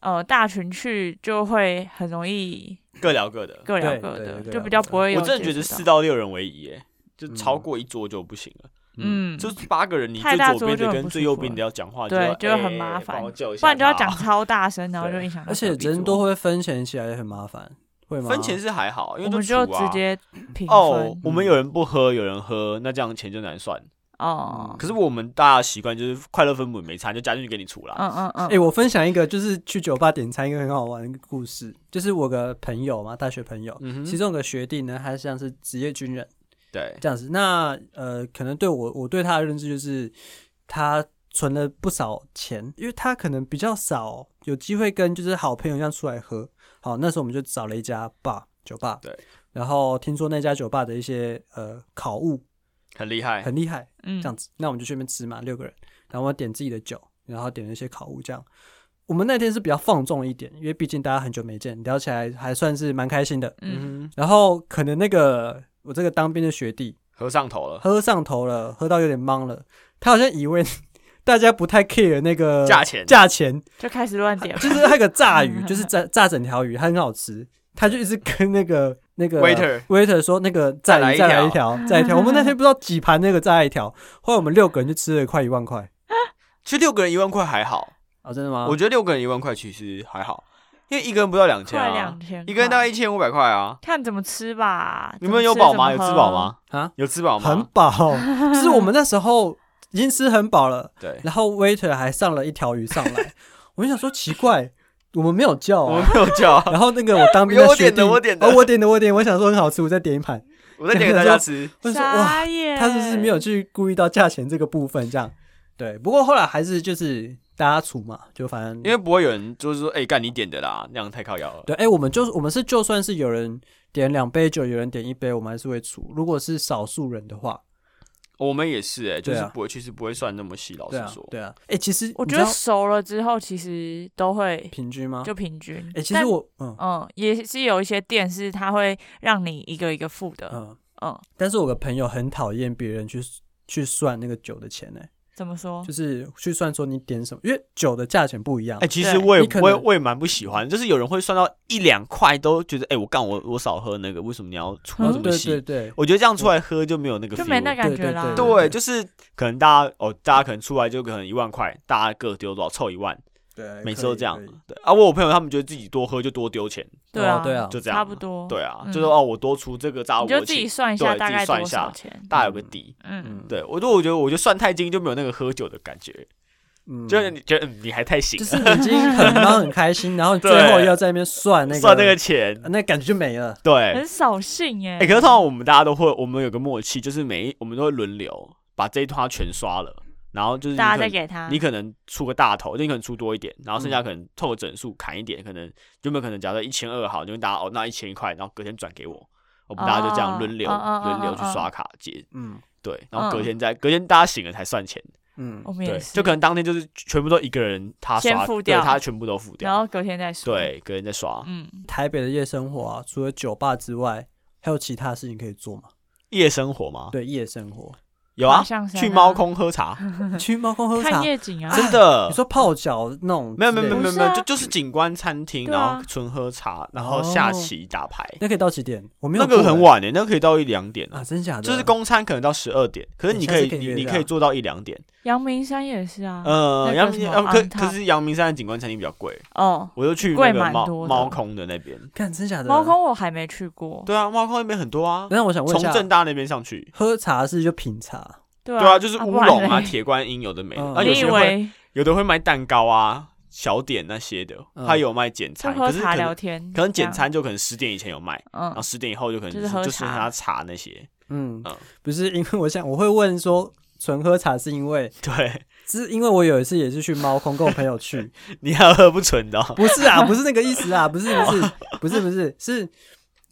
Speaker 2: 呃，大群去就会很容易
Speaker 3: 各聊各的。
Speaker 2: 各聊
Speaker 1: 对
Speaker 2: 各
Speaker 1: 对对
Speaker 2: 的，
Speaker 1: 各
Speaker 2: 就
Speaker 1: 聊
Speaker 2: 比较
Speaker 1: 各的
Speaker 2: 不会有
Speaker 3: 我真的觉
Speaker 2: 接
Speaker 3: 得
Speaker 2: 触
Speaker 3: 四
Speaker 2: 到，
Speaker 3: 到六人为宜、欸，就
Speaker 1: 嗯
Speaker 3: 超过一桌就不行了。
Speaker 2: 嗯，
Speaker 3: 就是八个人，你
Speaker 2: 太
Speaker 3: 最
Speaker 2: 大
Speaker 3: 左边
Speaker 2: 桌就
Speaker 3: 的
Speaker 2: 很
Speaker 3: 跟
Speaker 2: 不
Speaker 3: 最
Speaker 2: 舒
Speaker 3: 右
Speaker 2: 服
Speaker 3: 边的
Speaker 2: 了
Speaker 3: 要讲话，
Speaker 2: 对
Speaker 3: 要
Speaker 2: 就会很
Speaker 3: 欸
Speaker 2: 麻
Speaker 3: 帮我
Speaker 2: 烦
Speaker 3: 叫一
Speaker 2: 不
Speaker 3: 下
Speaker 2: 然就要
Speaker 3: 他
Speaker 2: 讲超大声，然后就
Speaker 3: 对
Speaker 2: 影响到
Speaker 1: 而且
Speaker 2: 隔壁
Speaker 1: 人
Speaker 2: 桌
Speaker 1: 多会分钱起来也很麻烦，会吗？
Speaker 3: 分钱是还好，因为
Speaker 2: 我们就
Speaker 3: 就除啊
Speaker 2: 直接平
Speaker 3: 哦
Speaker 2: 分，
Speaker 3: 我们有人不喝，有人喝，那这样钱就难算。
Speaker 2: 哦，
Speaker 3: 可是我们大家习惯就是快乐分母没差，就加进去给你除啦。
Speaker 2: 嗯嗯
Speaker 1: 哎、
Speaker 2: 嗯，
Speaker 1: 我分享一个就是去酒吧点餐一个很好玩的故事，就是我个朋友嘛，大学朋友，
Speaker 3: 嗯哼，
Speaker 1: 其中有个学弟呢，他像是职业军人
Speaker 3: 对，
Speaker 1: 这样子。那呃，可能对我我对他的认知就是他存了不少钱，因为他可能比较少有机会跟就是好朋友这样出来喝。好，那时候我们就找了一家 bar 酒吧，
Speaker 3: 对，
Speaker 1: 然后听说那家酒吧的一些呃烤物
Speaker 3: 很厉害。
Speaker 1: 很厉害，
Speaker 2: 嗯
Speaker 1: 这样子，那我们就去那边吃嘛，六个人，然后我点自己的酒，然后点了一些烤物这样。我们那天是比较放纵一点，因为毕竟大家很久没见，聊起来还算是蛮开心的。
Speaker 2: 嗯，
Speaker 3: 嗯哼，
Speaker 1: 然后可能那个我这个当兵的学弟
Speaker 3: 喝上头了，
Speaker 1: 喝上头了，喝到有点懵了，他好像以为 [LAUGHS] 大家不太 care 那个
Speaker 3: 呃价钱
Speaker 1: 价钱，
Speaker 2: 就开始乱点，
Speaker 1: 就是那个炸 [LAUGHS] 鱼，就是炸炸整条鱼，它很好吃，他就一直跟那个那个
Speaker 3: waiter
Speaker 1: waiter 说那个再
Speaker 3: 来一
Speaker 1: 再
Speaker 3: 条
Speaker 1: 来一 [LAUGHS] 条，再来一条。我们那天不知道几盘那个再来一条，后来我们六个人就吃了快一万块。
Speaker 3: 其实六个人一万块还好，
Speaker 1: 哦，真的吗？
Speaker 3: 我觉得六个人一万块其实还好，因为一个人不到两千
Speaker 2: 快
Speaker 3: 啊
Speaker 2: 两，千块，
Speaker 3: 一个人大概一千五百块啊。
Speaker 2: 看怎么吃吧，怎
Speaker 3: 你们
Speaker 2: 么
Speaker 3: 有
Speaker 2: 吃
Speaker 3: 饱
Speaker 2: 怎
Speaker 3: 吗？
Speaker 2: 么
Speaker 3: 有吃
Speaker 2: 喝
Speaker 3: 饱？吗？
Speaker 1: 啊，
Speaker 3: 有吃饱
Speaker 1: 很
Speaker 3: 吗？
Speaker 1: 饱，就是我们那时候已经吃很饱了，
Speaker 3: 对，
Speaker 1: 然后 waiter 还上了一条鱼上
Speaker 3: [LAUGHS]
Speaker 1: 来，我就想说奇怪，我们没有叫
Speaker 3: 我们
Speaker 1: 啊。
Speaker 3: 没有叫
Speaker 1: [LAUGHS]
Speaker 3: 啊，
Speaker 1: 然后那个我当兵的
Speaker 3: 有我
Speaker 1: 学
Speaker 3: 点的
Speaker 1: 弟，
Speaker 3: 我点的
Speaker 1: 哦，我点的，我点的，我想说很好吃，我再点一盘。
Speaker 3: 我在点给大家吃。
Speaker 1: 我就说哇，
Speaker 2: 傻眼，
Speaker 1: 他就是没有去顾虑到价钱这个部分，这样对。不过后来还是就是大家处嘛，就反正
Speaker 3: 因为不会有人就是说，哎、干你点的啦，那样太靠腰了。
Speaker 1: 对，哎、我们就是我们是就算是有人点两杯酒，有人点一杯，我们还是会出。如果是少数人的话，
Speaker 3: 我们也是、哎，就
Speaker 1: 对
Speaker 3: 是
Speaker 1: 啊
Speaker 3: 不会，其实不会算那么细。老
Speaker 1: 对
Speaker 3: 实
Speaker 1: 啊
Speaker 3: 说，，
Speaker 1: 对啊。哎、其实
Speaker 2: 我
Speaker 1: 你
Speaker 2: 觉
Speaker 1: 知
Speaker 2: 得
Speaker 1: 道
Speaker 2: 熟了之后，其实都会
Speaker 1: 平均吗？
Speaker 2: 就平均。
Speaker 1: 哎、其实
Speaker 2: 但
Speaker 1: 我嗯
Speaker 3: 哦
Speaker 2: 嗯，也是有一些店是它会让你一个一个付的。
Speaker 1: 嗯，
Speaker 2: 嗯，
Speaker 1: 但是我个朋友很讨厌别人去去算那个酒的钱呢、欸
Speaker 2: 怎么说？
Speaker 1: 就是去算说你点什么，因为酒的价钱不一样。
Speaker 3: 哎、其实
Speaker 2: 对
Speaker 3: 我
Speaker 1: 啊
Speaker 3: 也
Speaker 1: 你可
Speaker 3: 我也
Speaker 1: 能
Speaker 3: 我也蛮不喜欢，就是有人会算到一两块都觉得，哎、我干我我少喝那个，为什么你要出
Speaker 1: 哦
Speaker 3: 这么
Speaker 1: 对
Speaker 3: 细？
Speaker 1: 对对，
Speaker 3: 我觉得这样出来喝就没有那个 feel，
Speaker 2: 就没那
Speaker 3: 个
Speaker 2: 感觉啦。
Speaker 1: 对
Speaker 3: 对，就是嗯可能大家哦，大家可能出来就可能一万块，大家各丢多少凑一万，
Speaker 1: 对，
Speaker 3: 每次
Speaker 1: 可
Speaker 3: 都
Speaker 1: 以
Speaker 3: 这样
Speaker 1: 可以。
Speaker 3: 对啊，我有朋友他们觉得自己多喝就多丢钱，
Speaker 2: 对
Speaker 1: 哦
Speaker 2: 啊
Speaker 1: 对啊
Speaker 3: 就这样
Speaker 2: 差不多。
Speaker 3: 对啊，
Speaker 2: 嗯
Speaker 3: 就说哦我多出这个炸我
Speaker 2: 你
Speaker 3: 的
Speaker 2: 就自己
Speaker 3: 钱，
Speaker 2: 算一下
Speaker 3: 对
Speaker 2: 大
Speaker 3: 自己
Speaker 2: 概
Speaker 3: 算一
Speaker 2: 多
Speaker 3: 下
Speaker 2: 少钱。
Speaker 3: 大家有个底。
Speaker 2: 嗯，
Speaker 1: 嗯，
Speaker 3: 对我都我觉得我觉得算太精就没有那个喝酒的感觉，
Speaker 1: [LAUGHS] 嗯
Speaker 3: 就是你觉得嗯你还太醒
Speaker 1: 就，是已经很忙很开 [LAUGHS] 心，然后你最后要在那边算那个
Speaker 3: 算那个钱，
Speaker 1: 那感觉就没了。
Speaker 3: 对，
Speaker 2: 嗯很扫兴耶。
Speaker 3: 哎、可是通常我们大家都会，我们有个默契，就是每一我们都会轮流把这一套全刷了，然后就是你
Speaker 2: 大家
Speaker 3: 可
Speaker 2: 再
Speaker 3: 能
Speaker 2: 给他，
Speaker 3: 你可能出个大头，就你可能出多一点，然后剩下
Speaker 1: 嗯
Speaker 3: 可能凑个整数砍一点，可能有没有可能假设一千二好，你就大家哦那一千块，然后隔天转给我，我们大家就这样
Speaker 2: 哦
Speaker 3: 轮流
Speaker 2: 哦哦
Speaker 3: 轮流
Speaker 2: 哦
Speaker 3: 去
Speaker 2: 哦
Speaker 3: 刷卡结，
Speaker 1: 嗯
Speaker 3: 对，然后隔
Speaker 2: 嗯
Speaker 3: 天再隔天大家醒了才算钱，
Speaker 1: 嗯
Speaker 2: 我，们
Speaker 3: 对
Speaker 2: 也，是，
Speaker 3: 就可能当天就是全部都一个人他
Speaker 2: 先
Speaker 3: 刷，
Speaker 2: 付
Speaker 3: 对
Speaker 2: 掉
Speaker 3: 他全部都付
Speaker 2: 然
Speaker 3: 掉，
Speaker 2: 后隔天再说。，
Speaker 3: 对，隔天再刷，
Speaker 2: 嗯，
Speaker 1: 台北的夜生活啊，除了酒吧之外，还有其他事情可以做吗？夜
Speaker 3: 夜生活吗？
Speaker 1: 对，夜生活，
Speaker 3: 有啊
Speaker 2: 爬，上山
Speaker 3: 去
Speaker 2: 啊
Speaker 3: 猫空喝
Speaker 2: [LAUGHS]
Speaker 3: 茶，
Speaker 1: 去猫空喝茶
Speaker 2: 嗯看，夜景啊，
Speaker 3: 真的
Speaker 1: 你。说泡脚那种之
Speaker 3: 没
Speaker 1: 类
Speaker 3: 有
Speaker 1: 的，
Speaker 3: 没有没有没
Speaker 2: 不
Speaker 3: 有没
Speaker 2: 是
Speaker 3: 有，
Speaker 2: 啊
Speaker 3: 就就是景观餐厅，
Speaker 2: 对啊哦
Speaker 3: 然后纯喝茶，然后下棋打牌，
Speaker 1: 那可以到几点？我没有
Speaker 3: 那个
Speaker 1: 过
Speaker 3: 很
Speaker 1: 欸
Speaker 3: 晚诶，那个可以到一两点啊
Speaker 1: 啊，，真假的？
Speaker 3: 就是公餐可能到十二点，可是
Speaker 1: 欸
Speaker 3: 你
Speaker 1: 下
Speaker 3: 可
Speaker 1: 次
Speaker 3: 以
Speaker 1: 可以
Speaker 3: 你
Speaker 1: 约
Speaker 3: 你
Speaker 1: 的
Speaker 3: 可以
Speaker 1: 啊
Speaker 3: 做到一两点，
Speaker 2: 阳明山也是啊。
Speaker 1: 嗯
Speaker 3: 呃，
Speaker 2: 那个
Speaker 3: 阳
Speaker 2: 什
Speaker 3: 明
Speaker 2: 么
Speaker 3: 呃可
Speaker 2: on top
Speaker 3: 可是阳明山的景观餐厅比较贵，
Speaker 2: 哦，
Speaker 3: 我就去
Speaker 2: 贵
Speaker 3: 那个
Speaker 2: 蛮
Speaker 3: 猫
Speaker 2: 多的哦
Speaker 3: 猫空的那边，
Speaker 1: 看真假的
Speaker 2: 猫。空我还没去过。
Speaker 3: 对啊，猫空那边很多啊，
Speaker 1: 那我想问
Speaker 3: 从
Speaker 1: 一下，
Speaker 3: 正大那边上去，
Speaker 1: 喝茶是就品茶，
Speaker 2: 对
Speaker 3: 对啊，就是乌龙
Speaker 2: 不
Speaker 3: 啊、
Speaker 2: [LAUGHS] 然嘞
Speaker 3: 铁观音有的没的，
Speaker 1: 嗯
Speaker 3: 啊
Speaker 2: 你
Speaker 3: 有
Speaker 2: 以
Speaker 3: 些会
Speaker 2: 为
Speaker 3: 有的会卖蛋糕啊、小点那些的，
Speaker 1: 嗯
Speaker 3: 它有卖简
Speaker 2: 就
Speaker 3: 餐，
Speaker 2: 喝
Speaker 3: 可是
Speaker 2: 茶
Speaker 3: 可
Speaker 2: 聊
Speaker 3: 能
Speaker 2: 天，
Speaker 3: 可能
Speaker 2: 这
Speaker 3: 简
Speaker 2: 样，
Speaker 3: 餐就可能十点以前有卖。
Speaker 2: 嗯
Speaker 3: 然后，十点以后就可能
Speaker 2: 就是
Speaker 3: 就是
Speaker 2: 喝
Speaker 3: 剩
Speaker 2: 茶
Speaker 3: 下茶那些。 [LAUGHS]
Speaker 1: 嗯
Speaker 3: 嗯，
Speaker 1: 不是因为我想我会问说纯喝茶是因为
Speaker 3: 对，
Speaker 1: 是因为我有一次也是去猫空，跟我朋友
Speaker 3: [LAUGHS]
Speaker 1: 去，
Speaker 3: 你还喝不纯的、哦，
Speaker 1: 不是啊，不是那个意思啊，不是不是 [LAUGHS] 不是不是是，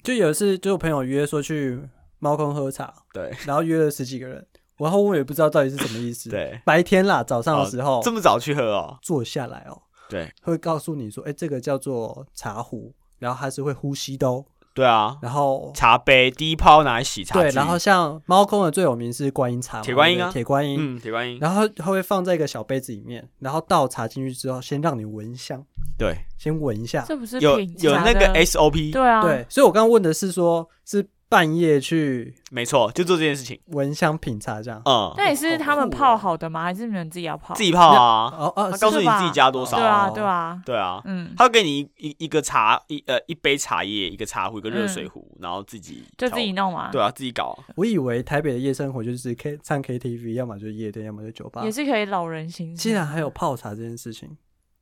Speaker 1: 就有一次就我朋友约说去猫空喝茶，
Speaker 3: 对
Speaker 1: 然后约了十几个人，然后我也不知道到底是什么意思。，
Speaker 3: 对，
Speaker 1: 白天啦，早上的时候、
Speaker 3: 这么早去喝哦，
Speaker 1: 坐下来哦，
Speaker 3: 对
Speaker 1: 会告诉你说，哎，这个叫做茶壶，然后它是会呼吸的哦，
Speaker 3: 对啊，
Speaker 1: 然后。
Speaker 3: 茶杯第一泡拿来洗茶
Speaker 1: 对，
Speaker 3: 具
Speaker 1: 然后像猫空的最有名是观音茶嘛，
Speaker 3: 铁观音啊
Speaker 1: 对不对铁观音，
Speaker 3: 嗯，铁观音，
Speaker 1: 然后它会放在一个小杯子里面，然后倒茶进去之后，先让你闻香，
Speaker 3: 对，
Speaker 1: 先闻一下。
Speaker 2: 这不是
Speaker 3: 有
Speaker 2: 品
Speaker 3: 有
Speaker 2: 茶
Speaker 3: 那个
Speaker 2: 的
Speaker 3: SOP，
Speaker 2: [LAUGHS] 对啊，
Speaker 1: 对，所以我刚刚问的是说，是半夜去
Speaker 3: 没错，就做这件事情，
Speaker 1: 闻香品茶这样。
Speaker 3: 嗯，
Speaker 2: 那也是他们
Speaker 1: 好酷哦
Speaker 2: 泡好的吗？还是你们自己要泡？
Speaker 3: 自己泡啊，
Speaker 1: 哦哦，
Speaker 3: 他
Speaker 1: 是
Speaker 3: 告诉你
Speaker 2: 呃吧
Speaker 3: 自己加多
Speaker 1: 泡
Speaker 3: 少
Speaker 2: 对
Speaker 1: 哦
Speaker 3: 啊，
Speaker 2: 啊，对啊，
Speaker 3: 对啊，
Speaker 2: 嗯，
Speaker 3: 他会给你一一一个茶一呃一杯茶叶，一个茶壶，一个热水壶，然后自己
Speaker 2: 嗯就
Speaker 3: 调
Speaker 2: 自己弄嘛。
Speaker 3: 对啊，自己搞。
Speaker 1: 我以为台北的夜生活就是 K 唱 KTV，要么就是夜店，要么就是酒吧
Speaker 3: 啊
Speaker 2: 也。是可以老人行。
Speaker 1: 竟然还有泡茶这件事
Speaker 3: 嗯
Speaker 1: 情，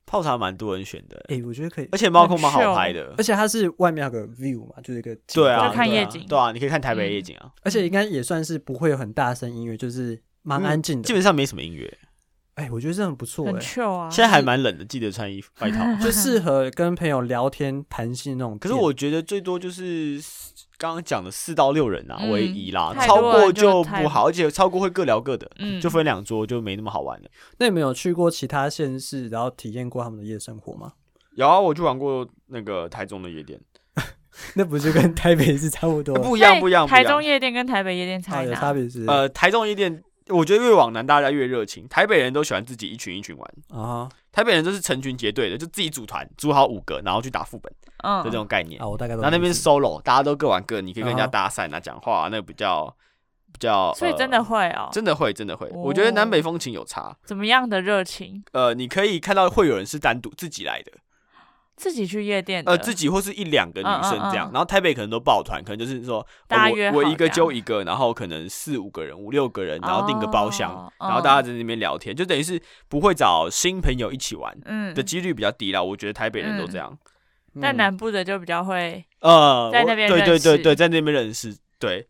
Speaker 3: 泡茶蛮多人选的，
Speaker 1: 哎、我觉得可以
Speaker 3: 而，且猫空蛮好拍的
Speaker 1: 而，且它是外面有个 view 嘛，就是一个景
Speaker 3: 对
Speaker 1: 观
Speaker 3: 啊，
Speaker 2: 就看
Speaker 3: 对啊
Speaker 2: 夜景
Speaker 3: 对啊，你可以看台北的夜景啊，
Speaker 1: 而且应该也算是不会有很大声音乐，就是蛮安静
Speaker 2: 嗯
Speaker 3: 基
Speaker 1: 的。
Speaker 3: 本上没什么音乐，
Speaker 1: 哎、我觉得这很不错
Speaker 2: 很
Speaker 1: 哎、
Speaker 2: chill 啊，
Speaker 3: 现在还蛮冷的，记得穿衣服外套。
Speaker 2: [LAUGHS]
Speaker 1: 就适合跟朋友聊天谈心那种店。
Speaker 3: 可是我觉得最多就是刚刚讲的四到六人啊
Speaker 2: 嗯
Speaker 3: 为宜啦，
Speaker 2: 太
Speaker 3: 超
Speaker 2: 多了
Speaker 3: 过
Speaker 2: 就太
Speaker 3: 不好，而且超过会各聊各的，
Speaker 2: 嗯
Speaker 3: 就分两桌就没那么好玩了。
Speaker 1: 那你们有去过其他县市，然后体验过他们的夜生活吗？ [LAUGHS]
Speaker 3: 有啊，我去玩过那个台中的夜店，
Speaker 1: 那不是跟台北是差不多
Speaker 3: [LAUGHS] 不一样，不一样，不一
Speaker 2: 台
Speaker 3: 样
Speaker 2: 中夜店跟台北夜店
Speaker 1: 啊？
Speaker 2: 差在
Speaker 1: 有
Speaker 2: 哪
Speaker 1: 差别是
Speaker 3: 呃，台中夜店，我觉得越往南大家越热情，台北人都喜欢自己一群一群玩。
Speaker 1: 啊
Speaker 3: 台北人就是成群结队的，就自己组团，组好五个，然后去打副本
Speaker 2: 嗯
Speaker 3: 的这种概念。
Speaker 1: 啊，我大概都
Speaker 3: 然后那边
Speaker 1: 懂
Speaker 3: solo，大家都各玩各，你可以跟人
Speaker 1: 啊
Speaker 3: 家
Speaker 1: 哈
Speaker 3: 搭讪啊、讲话啊，那个比较比较。
Speaker 2: 所以
Speaker 3: 呃
Speaker 2: 真的会哦，
Speaker 3: 真的会，真的会。我觉得南北风情有差。
Speaker 2: 怎么样的热情，
Speaker 3: 呃，你可以看到会有人是单独自己来的，
Speaker 2: 自己去夜店的，
Speaker 3: 呃，自己或是一两个女生这
Speaker 2: 嗯
Speaker 3: 样。
Speaker 2: 嗯嗯
Speaker 3: 然后台北可能都抱团，可能就是说、呃
Speaker 2: 大家约
Speaker 3: 我
Speaker 2: 好
Speaker 3: 我一个
Speaker 2: 这样
Speaker 3: 揪一个，然后可能四五个人、五六个人，然后订个包厢，
Speaker 2: 哦
Speaker 3: 然后大家在那边聊天，就等于是不会找新朋友一起玩
Speaker 2: 嗯
Speaker 3: 的，嗯几率比较低啦。我觉得台北人都这样。
Speaker 1: 嗯
Speaker 2: 但南部的就比较会，
Speaker 3: 呃，
Speaker 2: 在
Speaker 3: 我
Speaker 2: 那边
Speaker 3: 对对
Speaker 2: 认识
Speaker 3: 对对，在那边认识，对，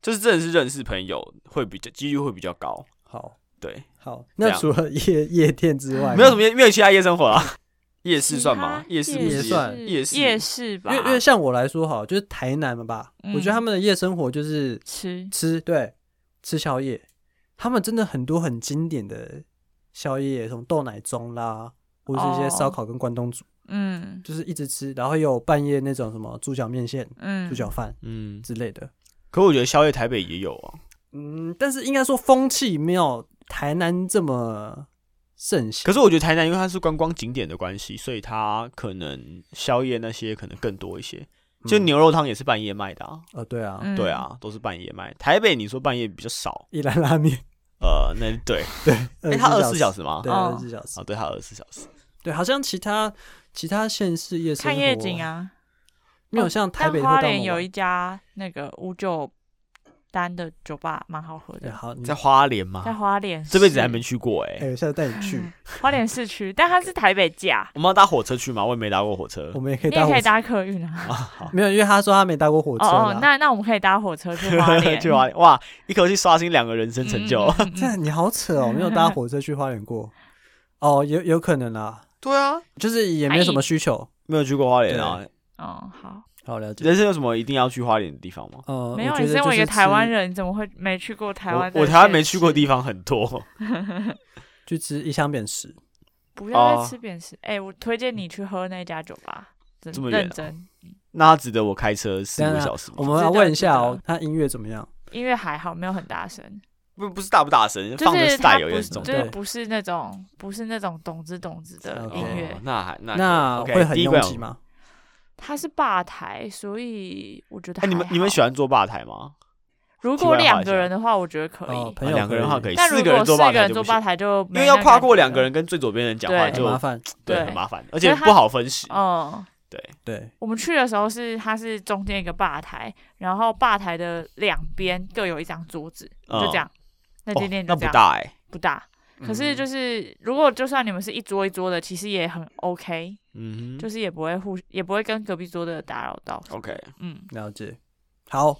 Speaker 3: 就是真的是认识朋友会比较几率会比较高，
Speaker 1: 好
Speaker 3: 对，
Speaker 1: 好。
Speaker 3: 这
Speaker 1: 那
Speaker 3: 样
Speaker 1: 除了夜夜店之外，
Speaker 3: 没有什么夜没有其他夜生活啊，夜市算吗
Speaker 2: 吗？？
Speaker 3: 夜市不
Speaker 1: 也
Speaker 3: 是
Speaker 1: 算
Speaker 3: 夜
Speaker 2: 夜
Speaker 3: 市
Speaker 2: 夜市吧
Speaker 1: 因，为因为像我来说好，就是台南嘛吧，
Speaker 2: 嗯
Speaker 1: 我觉得他们的夜生活就是
Speaker 2: 吃
Speaker 1: 吃，对，吃宵夜。他们真的很多很经典的宵夜，什么豆奶盅啦，或者是一些
Speaker 2: 哦
Speaker 1: 烧烤跟关东煮，
Speaker 2: 嗯
Speaker 1: 就是一直吃，然后也有半夜那种什么猪脚面线、
Speaker 2: 嗯
Speaker 1: 猪脚饭
Speaker 3: 嗯，
Speaker 1: 之类的。
Speaker 3: 可我觉得宵夜台北也有啊，
Speaker 1: 嗯，但是应该说风气没有台南这么盛行。
Speaker 3: 可是我觉得台南因为它是观光景点的关系，所以它可能宵夜那些可能更多一些，就
Speaker 1: 嗯
Speaker 3: 牛肉汤也是半夜卖的啊，
Speaker 1: 呃，对啊，
Speaker 2: 嗯
Speaker 3: 对啊，都是半夜卖。台北你说半夜比较少，
Speaker 1: 一兰拉面，
Speaker 3: 呃，那对，哎，它二十四小，时吗？
Speaker 1: 对，
Speaker 2: 哦
Speaker 1: 二十四小时
Speaker 3: 啊，，对，它二十四小时。
Speaker 1: 对，好像其他其他县市夜生活
Speaker 2: 看夜景，啊。
Speaker 1: 没有像台
Speaker 2: 但
Speaker 1: 北会
Speaker 2: 花
Speaker 1: 到那
Speaker 2: 莲
Speaker 1: 么
Speaker 2: 有
Speaker 1: 晚
Speaker 2: 一家那个五九单的酒吧，蛮好喝
Speaker 1: 对，
Speaker 2: 的，
Speaker 1: 好，你
Speaker 3: 在花莲
Speaker 2: 在
Speaker 3: 吗？
Speaker 2: 花莲市。嗯
Speaker 3: 这辈子还没去过哎、
Speaker 1: 哎，我下次带你去，
Speaker 2: 花莲市区，但它是台北架，
Speaker 3: 我们要搭火车去吗？我也没搭过火车
Speaker 1: 我。
Speaker 3: [LAUGHS]
Speaker 1: 们也可
Speaker 2: 你
Speaker 1: 以
Speaker 2: 也
Speaker 1: 搭
Speaker 2: 可
Speaker 1: 火车，
Speaker 2: 以搭客运啊。
Speaker 1: 没有，因为他说他没搭过火车
Speaker 2: 哦哦，
Speaker 1: 啦。
Speaker 2: 那那我们可以搭火车去
Speaker 3: [LAUGHS]
Speaker 2: 花莲。
Speaker 3: 去花莲哇，一口气刷新两个人生成就。
Speaker 2: 嗯嗯嗯嗯
Speaker 3: [LAUGHS]
Speaker 1: 这样你好扯哦，没有搭火车去花莲过，哦，有有可能啦，
Speaker 3: 对啊，
Speaker 1: 就是也没什么需求。
Speaker 3: 没有去过花莲啊。
Speaker 2: 哦，好，
Speaker 1: 好了解，
Speaker 3: 人生有什么一定要去花莲的地方吗？
Speaker 1: 呃，
Speaker 2: 没有，
Speaker 1: 我
Speaker 2: 你
Speaker 1: 觉得
Speaker 2: 身
Speaker 1: 就
Speaker 2: 为一个
Speaker 1: 是
Speaker 2: 台湾
Speaker 1: 吃，
Speaker 2: 人，怎么会没去过台湾
Speaker 3: 我
Speaker 2: 的县
Speaker 3: 我
Speaker 2: 市？
Speaker 3: 台湾没去过的地方很多，
Speaker 1: 去吃一箱扁食，
Speaker 2: 不要
Speaker 3: 哦
Speaker 2: 再吃扁食。哎，我推荐你去喝那家酒吧，真
Speaker 3: 这么远
Speaker 2: 认
Speaker 3: 啊
Speaker 2: 真。
Speaker 3: 那它值得我开车四
Speaker 1: 等
Speaker 3: 五
Speaker 1: 一下
Speaker 3: 小时
Speaker 1: 我
Speaker 3: 吗？
Speaker 1: 们要
Speaker 2: 值得
Speaker 1: 问一下
Speaker 2: 值
Speaker 3: 啊
Speaker 1: 哦，他音乐怎么样？
Speaker 2: 音乐还好，没有很大声，
Speaker 3: 不不是大不大声，
Speaker 2: 就
Speaker 3: 放的
Speaker 2: 是它
Speaker 3: style 有
Speaker 2: 不
Speaker 3: 点
Speaker 2: 是，
Speaker 3: 重
Speaker 2: 就。是
Speaker 1: 对
Speaker 2: 不是那种不是那种懂之懂之的
Speaker 1: 哦
Speaker 2: 音乐
Speaker 3: 哦，那还那
Speaker 1: 那
Speaker 3: OK，
Speaker 1: 会很
Speaker 3: 第一
Speaker 1: 拥
Speaker 3: 关
Speaker 1: 挤吗？
Speaker 2: 它是吧台，所以我觉得
Speaker 3: 哎，你们
Speaker 2: 还好
Speaker 3: 你们喜？欢坐吧台吗？
Speaker 2: 如
Speaker 3: 题外
Speaker 2: 果
Speaker 3: 话
Speaker 2: 两
Speaker 3: 一
Speaker 2: 个
Speaker 3: 下
Speaker 2: 人的话，我觉得可
Speaker 1: 哦
Speaker 2: 以。
Speaker 1: 朋友
Speaker 3: 啊两个人的话可以，
Speaker 2: 但如
Speaker 3: 四个
Speaker 2: 果
Speaker 3: 人
Speaker 2: 四
Speaker 3: 坐吧
Speaker 2: 个
Speaker 3: 台
Speaker 2: 人
Speaker 3: 就
Speaker 2: 坐
Speaker 3: 不
Speaker 2: 吧
Speaker 3: 行，
Speaker 2: 台就
Speaker 3: 因
Speaker 2: 没
Speaker 3: 为
Speaker 2: 那
Speaker 3: 要跨
Speaker 2: 感
Speaker 3: 过
Speaker 2: 觉
Speaker 3: 两个
Speaker 2: 了。
Speaker 3: 人跟最左边的人讲话
Speaker 2: 对
Speaker 1: 很
Speaker 3: 就
Speaker 1: 麻烦，
Speaker 3: 对
Speaker 2: 对
Speaker 3: 很麻烦，而
Speaker 2: 所以
Speaker 3: 且
Speaker 2: 它
Speaker 3: 不好分食。
Speaker 2: 嗯，
Speaker 3: 对，
Speaker 1: 对，
Speaker 2: 我们去的时候是它是中间一个吧台，然后吧台的两边各有一张桌子，
Speaker 3: 嗯
Speaker 2: 就这样。那
Speaker 3: 哦
Speaker 2: 间店
Speaker 3: 那
Speaker 2: 就这
Speaker 3: 不
Speaker 2: 样，
Speaker 3: 大嗯哎，
Speaker 2: 不大。可是就是如果就算你们是一桌一桌的，其实也很 OK，
Speaker 3: 嗯哼，
Speaker 2: 就是也不会互也不会跟隔壁桌的打扰到。
Speaker 3: OK，
Speaker 2: 嗯，
Speaker 1: 了解。好，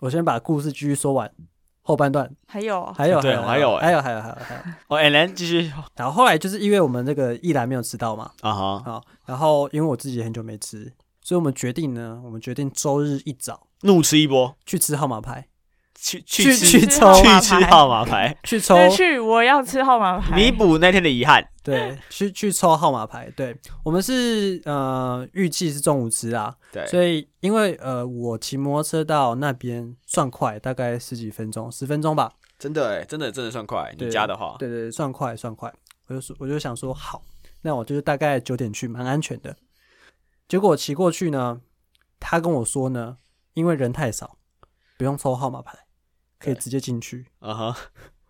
Speaker 1: 我先把故事继续说完。后半段
Speaker 2: 还有啊
Speaker 1: 还有
Speaker 3: 对
Speaker 1: 还有
Speaker 3: 还欸
Speaker 1: 还有还有还有还有。
Speaker 3: 哦，and then 继续啊
Speaker 1: 然后后来就是因为我们这个一兰没有吃到嘛，
Speaker 3: 哈，
Speaker 1: 啊，然后因为我自己也很久没吃，所以我们决定呢，我们决定周日一早
Speaker 3: 怒吃一波，
Speaker 1: 去吃号码牌，
Speaker 3: 去
Speaker 1: 去
Speaker 3: 吃
Speaker 1: 去
Speaker 3: 去
Speaker 1: 抽
Speaker 2: 号码
Speaker 3: 吃
Speaker 2: 牌
Speaker 3: 号码牌，
Speaker 1: 去抽
Speaker 2: 这去我要吃号码 [LAUGHS] 牌，
Speaker 3: 弥补那天的遗憾。
Speaker 1: 对，去去抽号码牌。对我们是呃预计是中午吃啊，
Speaker 3: 对，
Speaker 1: 所以因为呃我骑摩托车到那边算快，大概十几分钟，十分钟吧。
Speaker 3: 真的哎，真的真的算快，你
Speaker 1: 对
Speaker 3: 加的话，
Speaker 1: 对对，对算快算快。我就说我就想说好，那我就是大概九点去，蛮安全的。结果我骑过去呢，他跟我说呢，因为人太少，不用抽号码牌，可以
Speaker 3: 对
Speaker 1: 直接进去。
Speaker 3: 啊哈，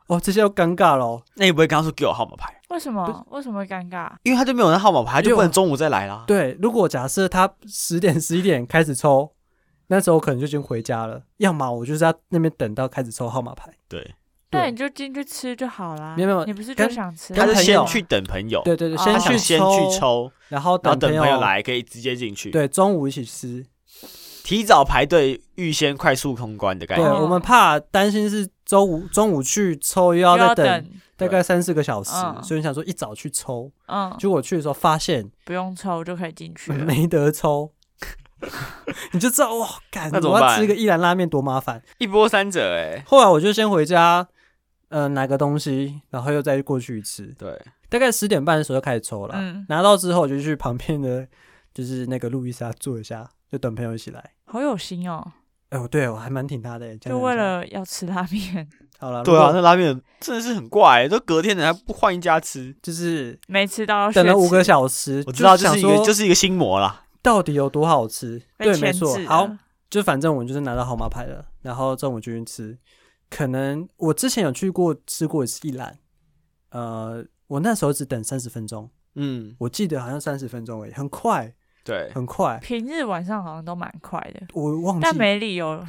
Speaker 1: 哦，这下又尴尬喽。
Speaker 3: 那你不会刚说给我号码牌，
Speaker 2: 为什么为什么会尴尬？
Speaker 3: 因为他就没有那号码牌，他
Speaker 1: 因为
Speaker 3: 就
Speaker 1: 我
Speaker 3: 不能中午再来啦。
Speaker 1: 对，如果假设他十点十一点开始抽，那时候我可能就已经回家了。要么我就是在那边等到开始抽号码牌。
Speaker 3: 对，
Speaker 1: 对
Speaker 2: 那你就进去吃就好啦。
Speaker 1: 没有没有
Speaker 2: 你不是
Speaker 1: 跟
Speaker 2: 就想吃？
Speaker 1: 跟
Speaker 3: 他是
Speaker 1: 朋
Speaker 3: 先
Speaker 1: 友
Speaker 3: 去等朋友，
Speaker 1: 对对对，
Speaker 2: 哦
Speaker 1: 先
Speaker 3: 他想
Speaker 1: 去
Speaker 3: 先去，抽，
Speaker 1: 然后
Speaker 3: 然后等
Speaker 1: 朋
Speaker 3: 朋友，来可以直接进去，
Speaker 1: 对，中午一起吃。
Speaker 3: 提早排队，预先快速通关的概
Speaker 1: 对，
Speaker 3: 念。
Speaker 2: 哦
Speaker 1: 我们怕担心是周五中午去抽又要
Speaker 2: 又
Speaker 1: 再
Speaker 2: 要
Speaker 1: 等，大概三四个小时，
Speaker 2: 嗯
Speaker 1: 所以想说一早去抽。
Speaker 2: 嗯，
Speaker 1: 结果去的时候发现
Speaker 2: 不用抽就可以进去
Speaker 3: 嗯
Speaker 2: 了。
Speaker 1: 没得
Speaker 3: [LAUGHS]
Speaker 1: 抽，你就知道哇，干
Speaker 3: 那怎么
Speaker 1: 我要
Speaker 3: 办
Speaker 1: 吃一个一兰拉面多麻烦。
Speaker 3: 一波三折、欸，哎，
Speaker 1: 后来我就先回家，呃，拿个东西，然后又再过去吃。
Speaker 3: 对，
Speaker 1: 大概十点半的时候就开始抽了，
Speaker 2: 嗯
Speaker 1: 拿到之后我就去旁边的， [LAUGHS] 就是那个路易莎啊坐一下，就等朋友一起来。
Speaker 2: 好有心哦，
Speaker 1: 哎、我对我还蛮挺他的，这样
Speaker 2: 就
Speaker 1: 讲
Speaker 2: 为
Speaker 1: 起来
Speaker 2: 了要吃拉面，
Speaker 1: 好了，
Speaker 3: 对
Speaker 1: 如
Speaker 3: 啊，
Speaker 1: 果
Speaker 3: 那拉面真的是很怪、欸，都隔天人还不换一家吃，
Speaker 1: 就是
Speaker 2: 没吃到要
Speaker 1: 等了
Speaker 2: 血
Speaker 1: 五个
Speaker 2: 池
Speaker 1: 小时，
Speaker 3: 我知道就
Speaker 1: 想
Speaker 3: 是一个
Speaker 1: 说
Speaker 3: 就是一个心魔啦。
Speaker 1: 到底有多好吃，
Speaker 2: 被
Speaker 1: 对，没
Speaker 2: 牵
Speaker 1: 错
Speaker 2: 制，了
Speaker 1: 好，就反正我就是拿到号码牌了，然后中午就去吃。可能我之前有去过吃过一次一兰，呃，我那时候只等三十分钟，
Speaker 3: 嗯，
Speaker 1: 我记得好像三十分钟而已，很快，
Speaker 3: 对，
Speaker 1: 很快，
Speaker 2: 平日晚上好像都蛮快的，
Speaker 1: 我忘
Speaker 2: 但
Speaker 1: 记，
Speaker 2: 没理由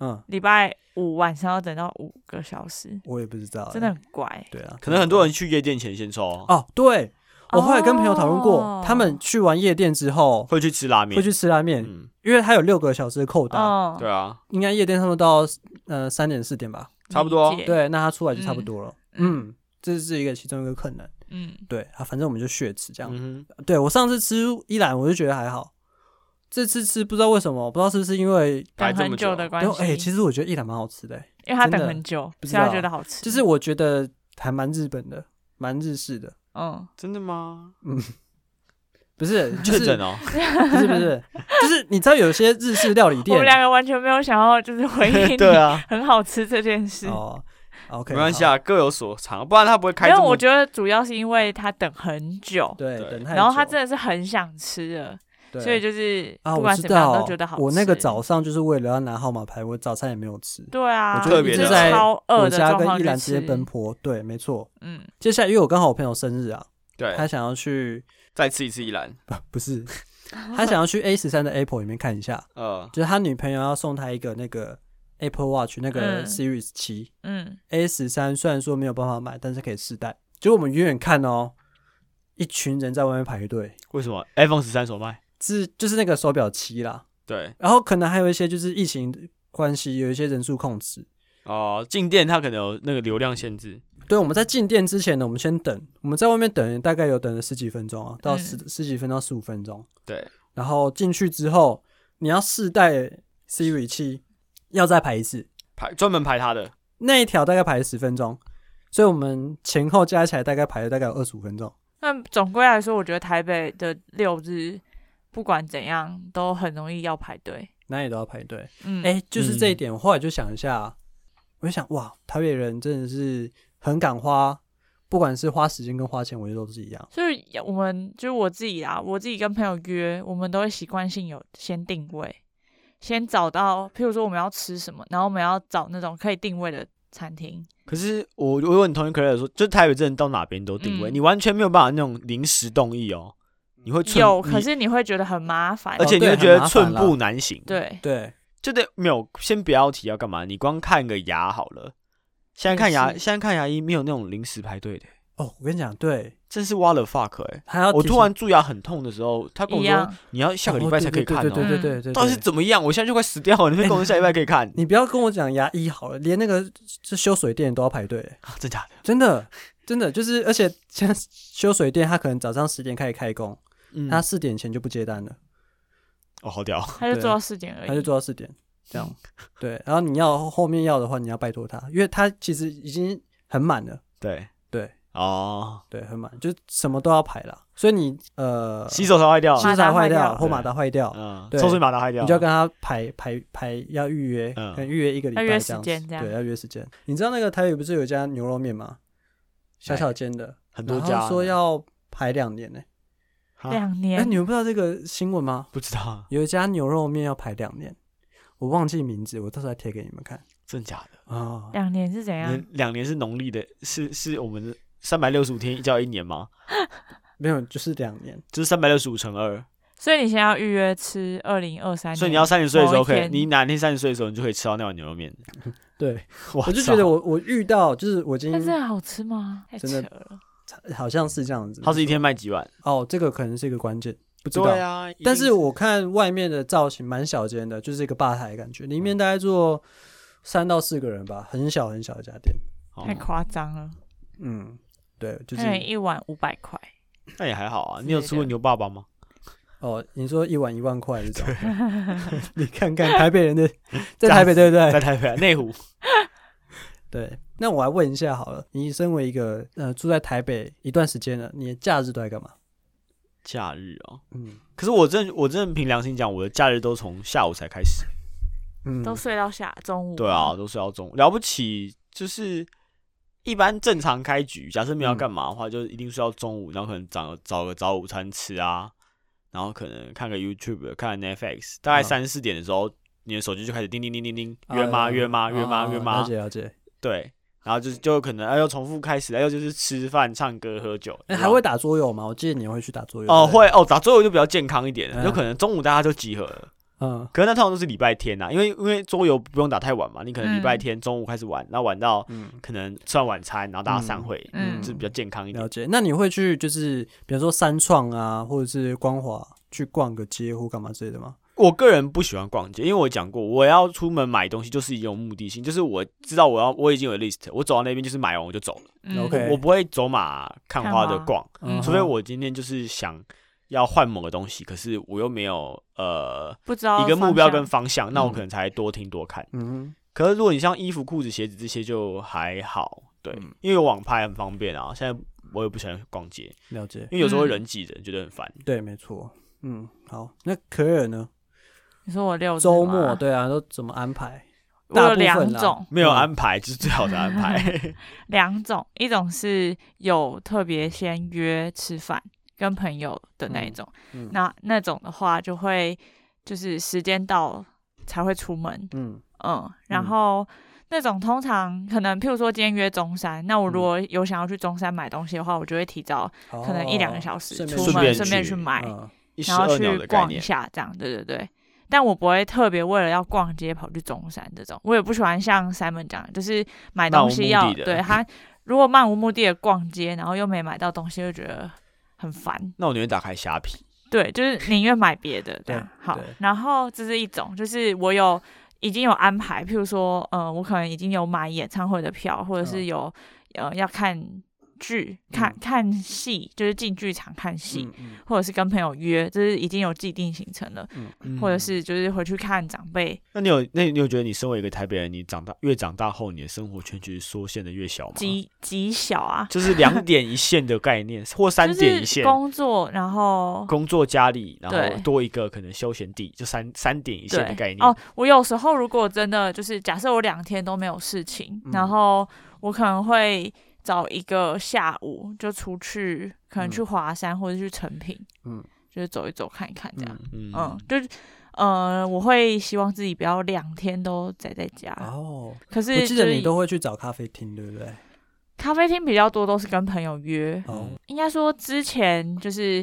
Speaker 1: 嗯，
Speaker 2: 礼拜五晚上要等到五个小时，
Speaker 1: 我也不知道、欸
Speaker 2: 真的很怪。
Speaker 1: 对啊，
Speaker 3: 可能很多
Speaker 1: 人
Speaker 3: 人去夜店前先抽啊，
Speaker 1: 哦，对我后来跟朋友讨论过，
Speaker 2: 哦
Speaker 1: 他们去完夜店之后
Speaker 3: 会去吃拉面，
Speaker 1: 会去吃拉面，
Speaker 3: 嗯，
Speaker 1: 因为它有六个小时的扣打，
Speaker 2: 哦，
Speaker 3: 对啊，
Speaker 1: 应该夜店他们到呃三点四点吧，
Speaker 3: 差不多
Speaker 2: 理解，
Speaker 1: 对，那他出来就差不
Speaker 2: 嗯
Speaker 1: 多了，
Speaker 2: 嗯
Speaker 1: 嗯，这是一个其中一个可能，
Speaker 2: 嗯，
Speaker 1: 对啊，反正我们就血吃这样。
Speaker 3: 嗯哼，
Speaker 1: 对我上次吃一兰我就觉得还好，这次吃不知道为什么，不知道是不是因为。
Speaker 3: 排
Speaker 2: 等
Speaker 3: 这么
Speaker 2: 很久的
Speaker 3: 久
Speaker 2: 关
Speaker 1: 因为
Speaker 2: 系，
Speaker 1: 哎、其实我觉得一兰蛮好吃的、
Speaker 2: 因为他
Speaker 1: 真的
Speaker 2: 等很久，
Speaker 1: 不知
Speaker 2: 所以他
Speaker 1: 道
Speaker 2: 觉得好吃，
Speaker 1: 就是我觉得还蛮日本的，蛮日式的，
Speaker 2: 嗯，
Speaker 3: 真的吗？
Speaker 1: 不是就
Speaker 3: 确
Speaker 1: 是
Speaker 3: 诊哦，
Speaker 1: 不是不是， [LAUGHS] 就是你知道有些日式料理
Speaker 2: 我
Speaker 1: 店
Speaker 2: 们两个完全没有想要就是
Speaker 1: [LAUGHS]
Speaker 2: 回应
Speaker 3: [LAUGHS] 对啊，
Speaker 2: 很好吃这件事。
Speaker 1: 哦，OK，
Speaker 3: 没关系
Speaker 1: 好，
Speaker 3: 啊，各有所长，不然他不会开
Speaker 2: 没
Speaker 3: 这
Speaker 2: 有，
Speaker 3: 么。
Speaker 2: 我觉得主要是因为他等很久，
Speaker 1: 对，
Speaker 3: 对
Speaker 1: 等太久，
Speaker 2: 然后他真的是很想吃了，
Speaker 1: 对
Speaker 2: 所以就是
Speaker 1: 啊，
Speaker 2: 不
Speaker 1: 我
Speaker 2: 管
Speaker 1: 知
Speaker 2: 怎么样
Speaker 1: 道，
Speaker 2: 都觉得好吃。
Speaker 1: 我那个早上就是为了要拿号码牌，我早餐也没有吃，
Speaker 2: 对啊，
Speaker 1: 我
Speaker 3: 特别
Speaker 2: 你是
Speaker 3: 的在
Speaker 2: 超饿
Speaker 1: 我
Speaker 2: 的
Speaker 1: 家
Speaker 2: 状
Speaker 1: 跟
Speaker 2: 况
Speaker 1: 依
Speaker 2: 就
Speaker 1: 兰直接
Speaker 2: 吃，
Speaker 1: 奔波，对，没错。
Speaker 2: 嗯，
Speaker 1: 接下来，因为我刚好我朋友生日啊，他
Speaker 3: 对，
Speaker 1: 想要去，
Speaker 3: 再吃一次一兰，
Speaker 1: 不是，他想要去 A 十三的 Apple 里面看一下，
Speaker 3: 呃，
Speaker 1: 就是他女朋友要送他一个那个 Apple Watch 那个
Speaker 2: 嗯
Speaker 1: Series 七、
Speaker 2: 嗯，
Speaker 1: A 十三，虽然说没有办法买，但是可以试戴。结果我们远远看哦，一群人在外面排队，
Speaker 3: 为什么 iPhone 十三首卖？
Speaker 1: 是就是那个手表七啦，
Speaker 3: 对，
Speaker 1: 然后可能还有一些就是疫情关系，有一些人数控制，
Speaker 3: 哦、进店它可能有那个流量限制，
Speaker 1: 对，我们在进店之前呢，我们先等，我们在外面等，大概有等了十几分钟啊，到十、十几分到十五分钟。
Speaker 3: 对，
Speaker 1: 然后进去之后，你要试戴 Siri 七，要再排一次，
Speaker 3: 排专门排它的，
Speaker 1: 那一条大概排了十分钟，所以我们前后加起来大概排了大概有二十五分钟。
Speaker 2: 那总归来说，我觉得台北的六日不管怎样都很容易要排队。
Speaker 1: 哪里都要排队，
Speaker 2: 嗯，
Speaker 1: 哎、就是这一点。我后来就想一下，我就想，哇，台北人真的是很敢花，不管是花时间跟花钱，我觉得都是一样。
Speaker 2: 所以我们就是我自己啦，我自己跟朋友约，我们都会习惯性有先定位，先找到，譬如说我们要吃什么，然后我们要找那种可以定位的餐厅。
Speaker 3: 可是我我很同意 Clare 说，就是台北真的到哪边都定位，
Speaker 2: 嗯
Speaker 3: 你完全没有办法那种临时动意哦，
Speaker 1: 嗯
Speaker 3: 你会寸
Speaker 2: 有，
Speaker 3: 你
Speaker 2: 可是你会觉得很麻烦。
Speaker 3: 而且
Speaker 1: 哦
Speaker 3: 你
Speaker 1: 对
Speaker 3: 会觉
Speaker 1: 很
Speaker 3: 得
Speaker 1: 麻烦
Speaker 3: 寸
Speaker 1: 啦
Speaker 3: 步难行，，
Speaker 2: 对，
Speaker 1: 对，
Speaker 3: 就得没有先不要提要干嘛，你光看个牙好了，现在看牙
Speaker 2: 也是
Speaker 3: 现在看牙医没有那种临时排队的，
Speaker 1: 哦，我跟你讲，对，
Speaker 3: 真是 what the fuck 哎、
Speaker 1: 还要
Speaker 3: 我
Speaker 1: 提
Speaker 3: 突
Speaker 1: 醒
Speaker 3: 然蛀牙很痛的时候，他跟我
Speaker 2: 一
Speaker 3: 说
Speaker 2: 样
Speaker 3: 你要下个礼拜才可以看
Speaker 1: 对
Speaker 3: 哦
Speaker 1: 对。对对对对对
Speaker 3: 到底是怎么样？ [LAUGHS] 我现在就快死掉了，你们跟我说下礼拜可以 [LAUGHS] 看，
Speaker 1: 你不要跟我讲牙医好了，连那个是修水电都要排队，
Speaker 3: 啊真假的？
Speaker 1: 真的真的就是，而且现在修水电他可能早上十点开始开工，
Speaker 3: 嗯，
Speaker 1: 他四点前就不接单了，
Speaker 3: 哦好屌，
Speaker 2: 他就做到四点而已，
Speaker 1: 他就做到四点这样。对，然后你要后面要的话，你要拜托他，因为他其实已经很满了，
Speaker 3: 对
Speaker 1: 对
Speaker 3: 哦，
Speaker 1: 对，很满，就什么都要排了。所以你呃，
Speaker 3: 洗手槽坏掉
Speaker 1: 洗，
Speaker 2: 马
Speaker 1: 手槽
Speaker 2: 达
Speaker 1: 坏
Speaker 2: 坏掉
Speaker 1: 掉或马
Speaker 3: 对
Speaker 1: 达坏掉，
Speaker 3: 嗯，
Speaker 1: 对
Speaker 3: 抽水马达坏掉，
Speaker 1: 你就要跟他排排排要预约，
Speaker 3: 嗯
Speaker 1: 可能预约一个礼
Speaker 2: 要
Speaker 1: 拜
Speaker 2: 约
Speaker 1: 这
Speaker 2: 时
Speaker 1: 样
Speaker 2: 间
Speaker 1: 子，
Speaker 2: 这样
Speaker 1: 对，要约时间。你知道那个台语不是有一家牛肉面吗？小小间的，
Speaker 3: 哎很多
Speaker 1: 然
Speaker 3: 家
Speaker 1: 后
Speaker 3: 呢
Speaker 1: 说要排两年呢、
Speaker 3: 啊
Speaker 2: 两
Speaker 1: 哎、
Speaker 2: 年。
Speaker 1: 你们不知道这个新闻吗？
Speaker 3: 不知道，
Speaker 1: 有一家牛肉面要排两年，我忘记名字，我到时候来贴给你们看
Speaker 3: 真假的？
Speaker 1: 啊。
Speaker 2: 两年是怎样？
Speaker 3: 两两年是农历的，是是我们三百六十五天叫一年吗？
Speaker 1: 没有，就是两年，
Speaker 3: 就是三百六十五乘二，
Speaker 2: 所以你现在要预约吃二零二三年，
Speaker 3: 所以你要三十岁的时候可
Speaker 2: 某
Speaker 3: 以，
Speaker 2: 一天
Speaker 3: 你哪天三十岁的时候你就可以吃到那碗牛肉面。
Speaker 1: 对，
Speaker 3: [LAUGHS] 我
Speaker 1: 我就
Speaker 3: 操
Speaker 1: 觉得我我遇到就是我已经
Speaker 2: 但是好吃吗？太
Speaker 1: 真
Speaker 2: 扯
Speaker 1: 的
Speaker 2: 了。
Speaker 1: 好像是这样子，
Speaker 3: 它是一天卖几碗？
Speaker 1: 哦，这个可能是一个关键，不知道。
Speaker 3: 对啊，
Speaker 1: 但是我看外面的造型蛮小间的，就是一个吧台的感觉，里
Speaker 3: 嗯
Speaker 1: 面大概坐三到四个人吧，很小很小的家店。
Speaker 3: 哦
Speaker 2: 太夸张了，
Speaker 1: 嗯，对，就
Speaker 2: 一
Speaker 1: 是
Speaker 2: 人一碗五百块，
Speaker 3: 那也还好啊。
Speaker 2: 之
Speaker 3: 你有
Speaker 2: 类
Speaker 3: 吃过
Speaker 2: 的
Speaker 3: 牛爸爸吗？
Speaker 1: 哦，你说一碗一万块这 [LAUGHS] 种，你看看台北人
Speaker 3: [LAUGHS]
Speaker 1: 的，在台北对不
Speaker 3: 啊在
Speaker 1: 对？
Speaker 3: 台北啊内湖，
Speaker 1: 对。那我来问一下好了，你身为一个呃住在台北一段时间了，你的假日都在干嘛？
Speaker 3: [LAUGHS] 假日哦。
Speaker 1: 嗯
Speaker 3: 可是我真我真的凭良心讲，我的假日都从下午才开始。
Speaker 1: 嗯，
Speaker 2: 都睡到下中午。
Speaker 3: 对啊，，都是要中午了不起，就是一般正常开局，假设没有要
Speaker 1: 嗯
Speaker 3: 干嘛的话，就是一定睡到中午，然后可能找找个早午餐吃啊，然后可能看个 YouTube，看个 Netflix，大概
Speaker 1: 嗯
Speaker 3: 三四点的时候，你的手机就开始叮叮叮叮叮，
Speaker 1: 啊
Speaker 3: 约吗？约吗？
Speaker 1: 啊
Speaker 3: 约吗？约
Speaker 1: 了
Speaker 3: 吗？
Speaker 1: 解了解。
Speaker 3: 对，啊然后就是就可能哎又重复开始，哎又就是吃饭、唱歌、喝酒，
Speaker 1: 哎，
Speaker 3: 你知
Speaker 1: 还
Speaker 3: 道
Speaker 1: 会
Speaker 3: 吗
Speaker 1: 打桌游吗？我记得你会去打桌游。
Speaker 3: 哦
Speaker 1: 对不对。
Speaker 3: 会哦，打桌游就比较健康一点了，
Speaker 1: 嗯
Speaker 3: 有可能中午大家就集合了。
Speaker 1: 嗯
Speaker 3: 可是那通常都是礼拜天啊呐、因为因为桌游不用打太晚嘛，你可能礼拜
Speaker 2: 嗯
Speaker 3: 天中午开始玩，那玩到
Speaker 1: 嗯，
Speaker 3: 可能吃完晚餐，然后大家散会，
Speaker 2: 嗯
Speaker 3: 是比较健康一点
Speaker 1: 了。解，那你会去就是比如说三创啊，或者是光华去逛个街或干嘛之类的吗？
Speaker 3: 我个人不喜欢逛街，因为我讲过，我要出门买东西就是一种目的性，就是我知道我要我已经有 list，我走到那边就是买完我就走了，
Speaker 2: 嗯
Speaker 1: OK
Speaker 3: 我不会走马看花的逛，
Speaker 2: 嗯
Speaker 3: 除非我今天就是想要换某个东西，可是我又没有呃
Speaker 2: 不知道
Speaker 3: 一个目标跟
Speaker 2: 方
Speaker 3: 方向，那我
Speaker 1: 嗯
Speaker 3: 可能才多听多看。
Speaker 1: 嗯
Speaker 3: 可是如果你像衣服、裤子、鞋子这些就还好，对，
Speaker 1: 嗯
Speaker 3: 因为网拍很方便啊。现在我也不喜欢逛街，
Speaker 1: 哼，了解，
Speaker 3: 因为有时候会
Speaker 2: 嗯
Speaker 3: 人挤人，觉得很烦。
Speaker 1: 对，没错，嗯，好，那可尔呢？
Speaker 2: 向。你说我六日
Speaker 1: 周末
Speaker 2: 吗，
Speaker 1: 对啊，都怎么安排？
Speaker 2: 我
Speaker 1: 大
Speaker 2: 有
Speaker 1: 部分啦
Speaker 2: 两种，
Speaker 3: 没有安排就是最好的安
Speaker 2: 嗯
Speaker 3: [LAUGHS] 排。
Speaker 2: 两种，一种是有特别先约吃饭跟朋友的那一种，
Speaker 1: 嗯
Speaker 2: 那那种的话就会就是时间到了才会出门，
Speaker 1: 嗯
Speaker 2: 嗯，
Speaker 1: 嗯
Speaker 2: 然后那种通常可能，譬如说今天约中山，那我如
Speaker 1: 嗯
Speaker 2: 果有想要去中山买东西的话，我就会提早
Speaker 1: 好
Speaker 2: 可能一两个小时
Speaker 1: 哦顺便
Speaker 2: 出
Speaker 1: 去
Speaker 2: 门，
Speaker 3: 顺便
Speaker 2: 顺便
Speaker 3: 去
Speaker 2: 去买，
Speaker 1: 嗯
Speaker 3: 一石
Speaker 2: 然后
Speaker 3: 二鸟
Speaker 2: 去
Speaker 3: 的概
Speaker 2: 逛一
Speaker 3: 念，
Speaker 2: 下，这样，对对对。但我不会特别为了要逛街跑去中山这种，我也不喜欢像 Simon 讲的，就是买东西
Speaker 3: 漫无
Speaker 2: 要
Speaker 3: 目的的
Speaker 2: 对
Speaker 3: [LAUGHS]
Speaker 2: 他如果漫无目的的逛街，然后又没买到东西，就觉得很烦。
Speaker 3: 那我宁愿打开虾皮。
Speaker 2: 对，就是宁愿买别的这样
Speaker 1: 对。
Speaker 2: 好
Speaker 1: 对，
Speaker 2: 然后这是一种，就是我有已经有安排，譬如说，呃，我可能已经有买演唱会的票，或者
Speaker 1: 嗯
Speaker 2: 是有、呃要看剧、看、
Speaker 1: 嗯
Speaker 2: 看戏，就是进剧场看戏。
Speaker 1: 嗯嗯
Speaker 2: 或者是跟朋友约，就是已经有既定行程了，或者
Speaker 3: 嗯，
Speaker 2: 是就是回去看长辈，
Speaker 3: 那你有那你有觉得你身为一个台北人，你长大越长大后，你的生活圈其实缩限的越小吗？
Speaker 1: 哦
Speaker 2: 极极小啊，
Speaker 3: 就是两点一线的概
Speaker 2: [LAUGHS]
Speaker 3: 念，或三
Speaker 2: 就
Speaker 3: 点一
Speaker 2: 是
Speaker 3: 线。
Speaker 2: 工作，然后
Speaker 3: 工作、家里，然后
Speaker 2: 对
Speaker 3: 多一个可能休闲地，就三三点一线的概
Speaker 2: 对
Speaker 3: 念。
Speaker 2: 哦，我有时候如果真的就是假设我两天都没有事情，
Speaker 1: 嗯
Speaker 2: 然后我可能会找一个下午就出去，可能去
Speaker 1: 嗯
Speaker 2: 华山或者去成品，
Speaker 1: 嗯
Speaker 2: 就是走一走看一看这样，
Speaker 1: 嗯
Speaker 3: 嗯
Speaker 2: 嗯，就是呃，我会希望自己不要两天都宅在家，
Speaker 1: 哦，我
Speaker 2: 可啊是
Speaker 1: 记
Speaker 2: 就
Speaker 1: 得你
Speaker 2: 是
Speaker 1: 都会去找咖啡厅，对不对？
Speaker 2: 嗯咖啡厅比较多都是跟朋友约，
Speaker 1: 哦，
Speaker 2: 应该说之前就是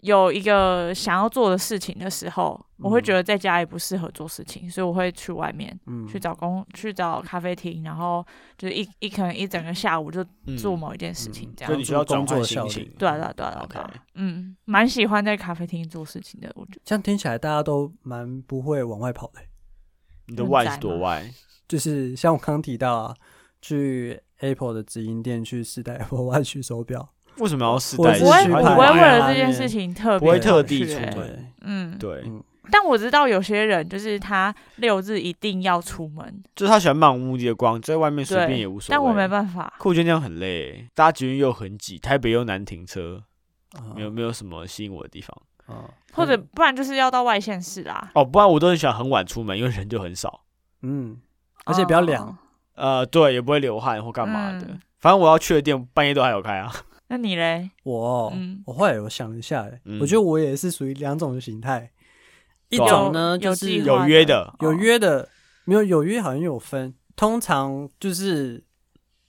Speaker 2: 有一个想要做的事情的时候，
Speaker 3: 嗯
Speaker 2: 我会觉得在家也不适合做事情，所以我会去外面
Speaker 1: 嗯，
Speaker 2: 去找工，去找咖啡厅，然后就是一一可能一整个下午就做某一件事情
Speaker 1: 嗯
Speaker 2: 这
Speaker 3: 所以
Speaker 2: 样。
Speaker 3: 你需要转
Speaker 1: 工作
Speaker 3: 换
Speaker 1: 效
Speaker 3: 心
Speaker 1: 率
Speaker 3: 情。
Speaker 2: 对啊，对啊，对啊，对啊对
Speaker 3: OK
Speaker 2: 啊，嗯，蛮喜欢在咖啡厅做事情的，我觉得。
Speaker 1: 这样听起来大家都蛮不会往外跑的欸、
Speaker 3: 你的
Speaker 2: 很
Speaker 3: 外
Speaker 2: 宅
Speaker 3: 是多
Speaker 2: 吗
Speaker 3: 外？
Speaker 1: 就是像我刚刚提到啊，去 Apple 的直营店去试戴 Apple Watch 去手表，
Speaker 3: 为什么要试
Speaker 1: 我
Speaker 3: 戴？
Speaker 1: 是
Speaker 2: 不会，
Speaker 1: 去
Speaker 2: 我
Speaker 1: 看
Speaker 2: 不会
Speaker 1: 看
Speaker 2: 为了这
Speaker 1: 面
Speaker 2: 件事情特
Speaker 3: 啊不
Speaker 2: 别
Speaker 3: 会
Speaker 2: 跑
Speaker 3: 特地
Speaker 2: 去
Speaker 3: 出
Speaker 2: 欸
Speaker 3: 门
Speaker 1: 对，
Speaker 2: 嗯，
Speaker 3: 对，
Speaker 1: 嗯
Speaker 2: 但我知道有些人就是他六日一定要出门，
Speaker 3: 就是他喜欢漫无目的的逛，在外面随便
Speaker 2: 对
Speaker 3: 也无，所谓。
Speaker 2: 但我没办法。
Speaker 3: 酷圈这样很累，欸搭捷运又很挤，台北又难停车，
Speaker 1: 啊
Speaker 3: 没有没有什么吸引我的地方。
Speaker 1: 啊，
Speaker 2: 或者不然就是要到外县市啦，
Speaker 3: 哦，不然我都很喜欢很晚出门，因为人就很少。
Speaker 1: 嗯，而且比较凉
Speaker 2: 哦。
Speaker 3: 呃，对，也不会流汗或干嘛的。
Speaker 2: 嗯
Speaker 3: 反正我要去的店半夜都还有开啊。 [LAUGHS]
Speaker 2: 那你嘞？
Speaker 1: 我哦、
Speaker 2: 嗯
Speaker 1: 我后来我想了一下、欸，
Speaker 3: 嗯
Speaker 1: 我觉得我也是属于两种形态，一
Speaker 3: 对啊
Speaker 1: 种呢
Speaker 2: 有
Speaker 1: 就是
Speaker 2: 计划哦
Speaker 3: 有约的
Speaker 1: 有约的，没有有约好像有分，通常就是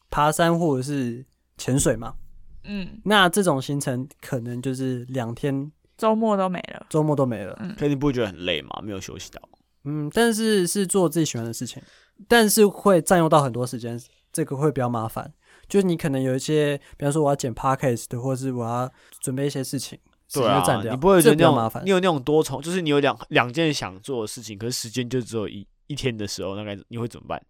Speaker 1: 爬山或者是潜水嘛。
Speaker 2: 嗯，
Speaker 1: 那这种行程可能就是两天
Speaker 2: 周末都没了。
Speaker 1: 周末都没了，
Speaker 2: 嗯
Speaker 3: 可你不会觉得很累吗？没有休息到。
Speaker 1: 嗯，但是是做自己喜欢的事情，但是会占用到很多时间，这个会比较麻烦。就是你可能有一些，比方说我要剪 podcast 的，或是我要准备一些事情，时
Speaker 3: 对
Speaker 1: 间就
Speaker 3: 啊
Speaker 1: 占，掉，
Speaker 3: 你不会
Speaker 1: 这
Speaker 3: 觉得
Speaker 1: 比较
Speaker 3: 那种
Speaker 1: 麻烦
Speaker 3: 你。有那种多重，就是你有两两件想做的事情，可是时间就只有一一天的时候，那该你会怎么办？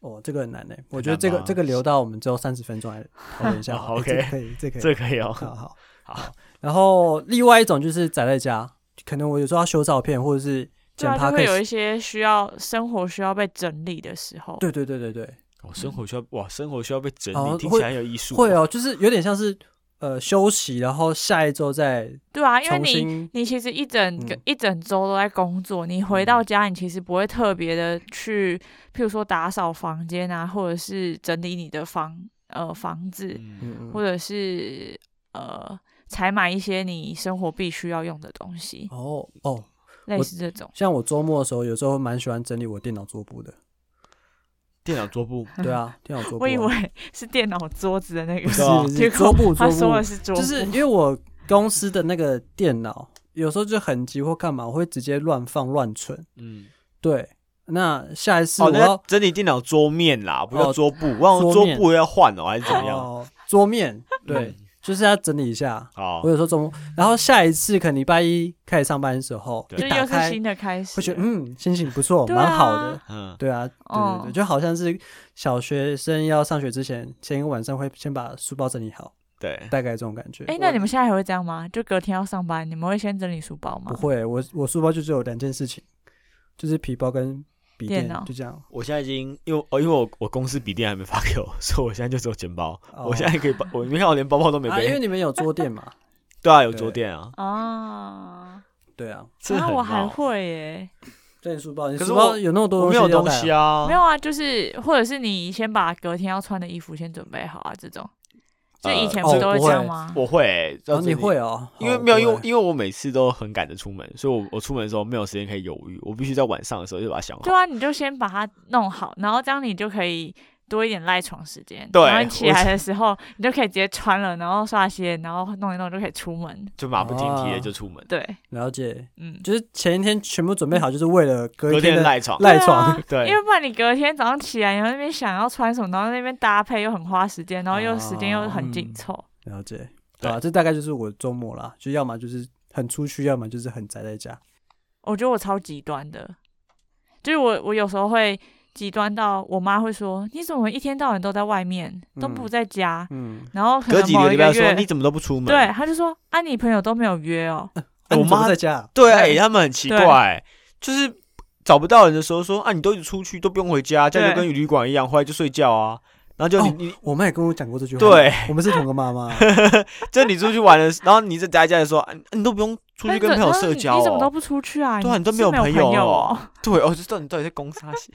Speaker 1: 哦，这个很难呢、我
Speaker 3: 很
Speaker 1: 觉得
Speaker 3: 难
Speaker 1: 这个
Speaker 3: 吗
Speaker 1: 这个留到我们之后三十分钟来讨论一下。
Speaker 3: 好
Speaker 1: 欸
Speaker 3: OK
Speaker 1: 这个可以，这个可以，
Speaker 3: 这可以哦。
Speaker 1: 好好
Speaker 3: 好
Speaker 1: 好。然后另外一种就是宅在家，可能我有时候要修照片，或者是
Speaker 2: 对
Speaker 1: 剪
Speaker 2: 啊，就会有
Speaker 1: podcast。
Speaker 2: 一些需要生活需要被整理的时候。
Speaker 1: 对对对对对，
Speaker 3: 哦，生活需要哇，生活需要被整理，
Speaker 1: 哦
Speaker 3: 听
Speaker 1: 会
Speaker 3: 起来很有艺术。
Speaker 1: 会，哦，就是有点像是呃休息，然后下一周再
Speaker 2: 对啊，因为
Speaker 1: 重
Speaker 2: 你
Speaker 1: 新
Speaker 2: 你其实一整个、
Speaker 1: 嗯
Speaker 2: 一整周都在工作，你回到家，你其实不会特别的去，譬如说打扫房间啊，或者是整理你的房呃房子，
Speaker 3: 嗯，
Speaker 1: 嗯
Speaker 2: 或者是呃采买一些你生活必须要用的东西，
Speaker 1: 哦哦，
Speaker 2: 类
Speaker 1: 我
Speaker 2: 似这种。
Speaker 1: 像我周末的时候，有时候蛮喜欢整理我电脑桌布
Speaker 2: [LAUGHS]
Speaker 1: 的。
Speaker 3: 电脑
Speaker 1: [LAUGHS]
Speaker 3: 桌布，
Speaker 1: 对啊，电脑桌布啊、
Speaker 2: 我以为 [LAUGHS] 是电脑桌子的那个
Speaker 1: 不，是
Speaker 2: [LAUGHS]
Speaker 3: 对啊
Speaker 1: 不是
Speaker 2: 结
Speaker 1: 桌
Speaker 2: 果
Speaker 1: 布桌
Speaker 2: 他说的
Speaker 1: 布，
Speaker 2: 是桌布，
Speaker 1: 就是因为我公司的那个电脑有时候就很急或干嘛，我会直接乱放乱存。
Speaker 3: 嗯，
Speaker 1: 对，那下一次
Speaker 3: 哦，
Speaker 1: 我
Speaker 3: 那
Speaker 1: 要
Speaker 3: 个整理电脑桌面啦，不叫
Speaker 1: 哦
Speaker 3: 桌布，忘了
Speaker 1: 桌
Speaker 3: 桌
Speaker 1: 面
Speaker 3: 布要换哦，还是怎么样？
Speaker 1: 哦桌面，对
Speaker 3: 嗯，，哦
Speaker 1: 就是要整理一下。
Speaker 3: 好
Speaker 1: 我，有时候周末，然后下一次可能礼拜一开始上班的时候，
Speaker 3: 对
Speaker 2: 就
Speaker 1: 一
Speaker 2: 又
Speaker 1: 打
Speaker 2: 是
Speaker 1: 开
Speaker 2: 新的开始
Speaker 1: 会觉
Speaker 2: 了。
Speaker 1: 得嗯心情不错，
Speaker 2: 对
Speaker 1: 蛮好
Speaker 2: 啊
Speaker 1: 的。
Speaker 3: 嗯，
Speaker 1: 对啊，对对对，
Speaker 2: 哦
Speaker 1: 就好像是小学生要上学之前，前一个晚上会先把书包整理好，
Speaker 3: 对，
Speaker 1: 大概这种感觉。
Speaker 2: 哎、那你们现在还会这样吗？就隔天要上班，你们会先整理书包吗
Speaker 1: 不？会？我我书包就只有两件事情，就是皮包跟笔
Speaker 2: 电
Speaker 1: 电，
Speaker 2: 脑
Speaker 1: 就这样。
Speaker 3: 我现在已经因为哦，因为我我公司笔电还没发给我，所以我现在就只有钱包。
Speaker 1: 哦
Speaker 3: 我现在可以包，我你看我连包包都没
Speaker 1: 啊，因为
Speaker 3: 背。
Speaker 1: 你们有桌垫嘛？
Speaker 3: 对啊，有桌垫啊，
Speaker 2: 啊，
Speaker 1: 对啊，
Speaker 3: 这
Speaker 2: 啊
Speaker 3: 很
Speaker 2: 我还
Speaker 3: 闹
Speaker 2: 会耶、
Speaker 1: 整理书包，你
Speaker 3: 可是
Speaker 1: 书包
Speaker 3: 我
Speaker 1: 有那么多
Speaker 3: 我
Speaker 1: 东
Speaker 3: 没
Speaker 1: 西
Speaker 3: 有
Speaker 1: 要带啊，
Speaker 3: 东西啊，
Speaker 2: 没有啊，就是或者是你先把隔天要穿的衣服先准备好啊，这种。就
Speaker 3: 呃
Speaker 2: 以前
Speaker 1: 哦
Speaker 2: 不都
Speaker 1: 不
Speaker 2: 这
Speaker 1: 会
Speaker 2: 样吗？
Speaker 3: 我会欸，
Speaker 1: 然
Speaker 3: 要
Speaker 1: 后
Speaker 3: 是
Speaker 1: 你会哦，
Speaker 3: 因为
Speaker 1: 好
Speaker 3: 没有，因为
Speaker 1: 我不会
Speaker 3: 因为我每次都很赶着出门，所以我我出门的时候没有时间可以犹豫，我必须在晚上的时候就把它想好
Speaker 2: 对。啊，你就先把它弄好，然后这样你就可以多一点赖床时间。
Speaker 3: 对
Speaker 2: 然后你起
Speaker 3: 我
Speaker 2: 来的时候，你就可以直接穿了，然后刷鞋，然后弄一弄就可以出门。
Speaker 3: 就马不停蹄
Speaker 1: 啊
Speaker 3: 的就出门，
Speaker 2: 对，
Speaker 1: 了解，
Speaker 2: 嗯，
Speaker 1: 就是前一天全部准备好，就是为了隔
Speaker 3: 隔
Speaker 1: 一天
Speaker 3: 天
Speaker 1: 的
Speaker 3: 赖床。
Speaker 1: 赖床。
Speaker 2: 对啊。因
Speaker 3: 对
Speaker 2: 为不然你隔天早上起来，你后那边想要穿什么，然后那边搭配又很花时间，然后
Speaker 3: 啊
Speaker 2: 又时间又很紧凑。
Speaker 3: 嗯
Speaker 1: 了解，对
Speaker 3: 对
Speaker 1: 啊，这大概就是我周末啦，就要么就是很出去，要么就是很宅在家。
Speaker 2: 我觉得我超极端的，就是我我有时候会极端到我妈会说：“你怎么一天到晚都在外面，都不在家？”
Speaker 1: 嗯，
Speaker 2: 然后可
Speaker 3: 隔
Speaker 2: 能
Speaker 3: 几
Speaker 2: 某
Speaker 3: 个
Speaker 2: 一
Speaker 3: 礼
Speaker 2: 个
Speaker 3: 拜说
Speaker 2: 月，
Speaker 3: 你怎么都不出门？
Speaker 2: 对，她就说：“啊，你朋友都没有约哦。”
Speaker 1: 啊你
Speaker 3: 我
Speaker 1: 怎么
Speaker 3: 妈
Speaker 1: 在家啊，
Speaker 3: 对，
Speaker 2: 对
Speaker 3: 欸他们很奇
Speaker 2: 对
Speaker 3: 怪，就是找不到人的时候说啊，你都一直出去都不用回家，这样就
Speaker 2: 对
Speaker 3: 跟旅馆一样，回来就睡觉啊。然后就 [LAUGHS]
Speaker 1: 哦
Speaker 3: 你你
Speaker 1: 我妈也跟我讲过这句话。
Speaker 3: 对，
Speaker 1: [LAUGHS] 我们是同个妈
Speaker 3: [LAUGHS]
Speaker 1: 妈。
Speaker 3: 就你出去玩的时，然后你在宅在家的时候，啊你都不用出去
Speaker 2: 那
Speaker 3: 跟
Speaker 2: 怎
Speaker 3: 朋友
Speaker 2: 那
Speaker 3: 社
Speaker 2: 哎你
Speaker 3: 交
Speaker 2: 啊你怎么都
Speaker 3: 哦。
Speaker 2: 不出去啊？
Speaker 3: 对啊你都
Speaker 2: 是
Speaker 3: 没有
Speaker 2: 有
Speaker 3: 朋友
Speaker 2: 友
Speaker 3: 哦。对，哦，就到底到底在攻啥戏，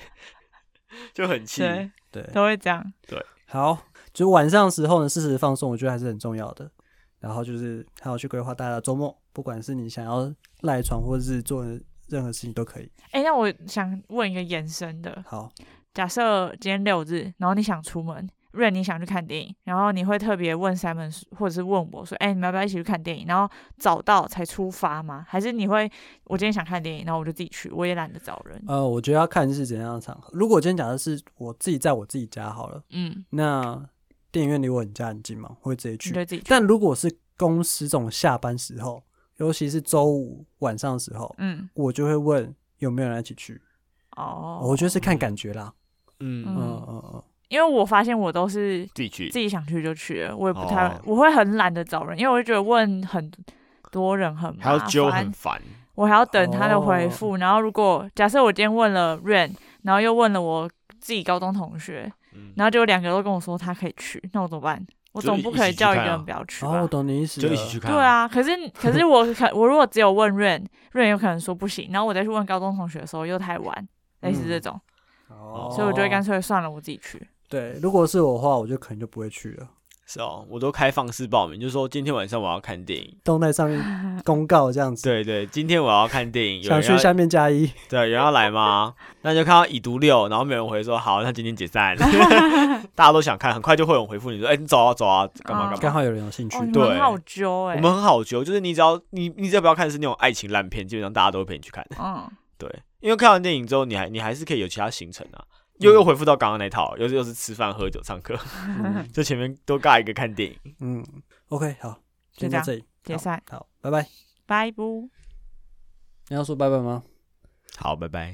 Speaker 3: [LAUGHS] 就很气。
Speaker 2: 对，
Speaker 1: 对，
Speaker 2: 都会这样。
Speaker 1: 好，就晚上时候呢，适时放松，我觉得还是很重要的。然后就是还有去规划大家的周末，不管是你想要赖床或者是做任何事情都可以。
Speaker 2: 哎、那我想问一个延伸的，
Speaker 1: 好，
Speaker 2: 假设今天六日，然后你想出门，瑞你想去看电影，然后你会特别问 Simon 或者是问我说，哎、你们要不要一起去看电影？然后找到才出发吗？还是你会我今天想看电影，然后我就自己去，我也懒得找人。
Speaker 1: 呃，我觉得要看是怎样的场合。如果今天假设是我自己在我自己家好了，
Speaker 2: 嗯，
Speaker 1: 那电影院离我很家很近嘛，我会直接
Speaker 2: 你
Speaker 1: 去。
Speaker 2: 对自己去。
Speaker 1: 但如果是公司这种下班时候，尤其是周五晚上的时候，
Speaker 2: 嗯，
Speaker 1: 我就会问有没有人一起去。
Speaker 2: 哦，
Speaker 1: 我觉得是看感觉啦。
Speaker 3: 嗯
Speaker 1: 嗯
Speaker 2: 嗯
Speaker 1: 嗯嗯，
Speaker 2: 因为我发现我都是
Speaker 3: 自己去
Speaker 2: 自己想去就去了，我也不太，
Speaker 3: 哦
Speaker 2: 我会很懒得找人，因为我会觉得问很多人很
Speaker 3: 还要
Speaker 2: 麻烦，
Speaker 3: 揪很哦烦，
Speaker 2: 我还要等他的回复。然后如果假设我今天问了 Rain，然后又问了我自己高中同学，
Speaker 3: 嗯
Speaker 2: 然后结果两个都跟我说他可以去，那我怎么办？我总不可以叫一个人不要去
Speaker 1: 然
Speaker 2: 吧？
Speaker 1: 哦后我懂你意思
Speaker 3: 就
Speaker 1: 了。
Speaker 3: 一起啊去看。
Speaker 2: 对，啊，
Speaker 3: [LAUGHS]
Speaker 2: 可是可是我可我如果只有问 Rain，Rain 有可能说不行，然后我再去问高中同学的时候又太晚，类似
Speaker 3: 嗯
Speaker 2: 这种，
Speaker 1: 哦，
Speaker 2: 所以我就会干脆算了，我自己去。哦
Speaker 1: 对。如果是我的话，我就可能就不会去了。
Speaker 3: 是哦，我都开放式报名，就说今天晚上我要看电影。
Speaker 1: 动态上面公告这样子，
Speaker 3: 对对，今天我要看电影，有
Speaker 1: 想
Speaker 3: 人
Speaker 1: 去
Speaker 3: 要
Speaker 1: 下面加一。
Speaker 3: 对有人要来吗？那就看到已读六，然后没有人回说好，那今天解散。 [LAUGHS] 大家都想看，很快就会有人回复你说，哎、你走啊走啊，干
Speaker 2: 嗯
Speaker 3: 嘛干嘛。
Speaker 1: 刚好有人有兴趣
Speaker 2: 哦，，你们
Speaker 3: 对
Speaker 2: 很好揪哎、
Speaker 3: 我们很好揪，就是你只要你你只要不要看是那种爱情烂片，基本上大家都会陪你去看。
Speaker 2: 嗯，
Speaker 3: 对，因为看完电影之后，你还你还是可以有其他行程啊。又又回复到刚刚那套，又是又是吃饭、喝酒、唱歌， [LAUGHS]
Speaker 1: 嗯
Speaker 3: 就前面都尬一个看电影。
Speaker 1: 嗯，OK，好，就
Speaker 2: 就这
Speaker 1: 到
Speaker 2: 样
Speaker 1: 这里，
Speaker 2: 解散，
Speaker 1: 好，拜拜。
Speaker 2: 拜不。
Speaker 1: 你要说拜拜吗？
Speaker 3: 好，拜拜。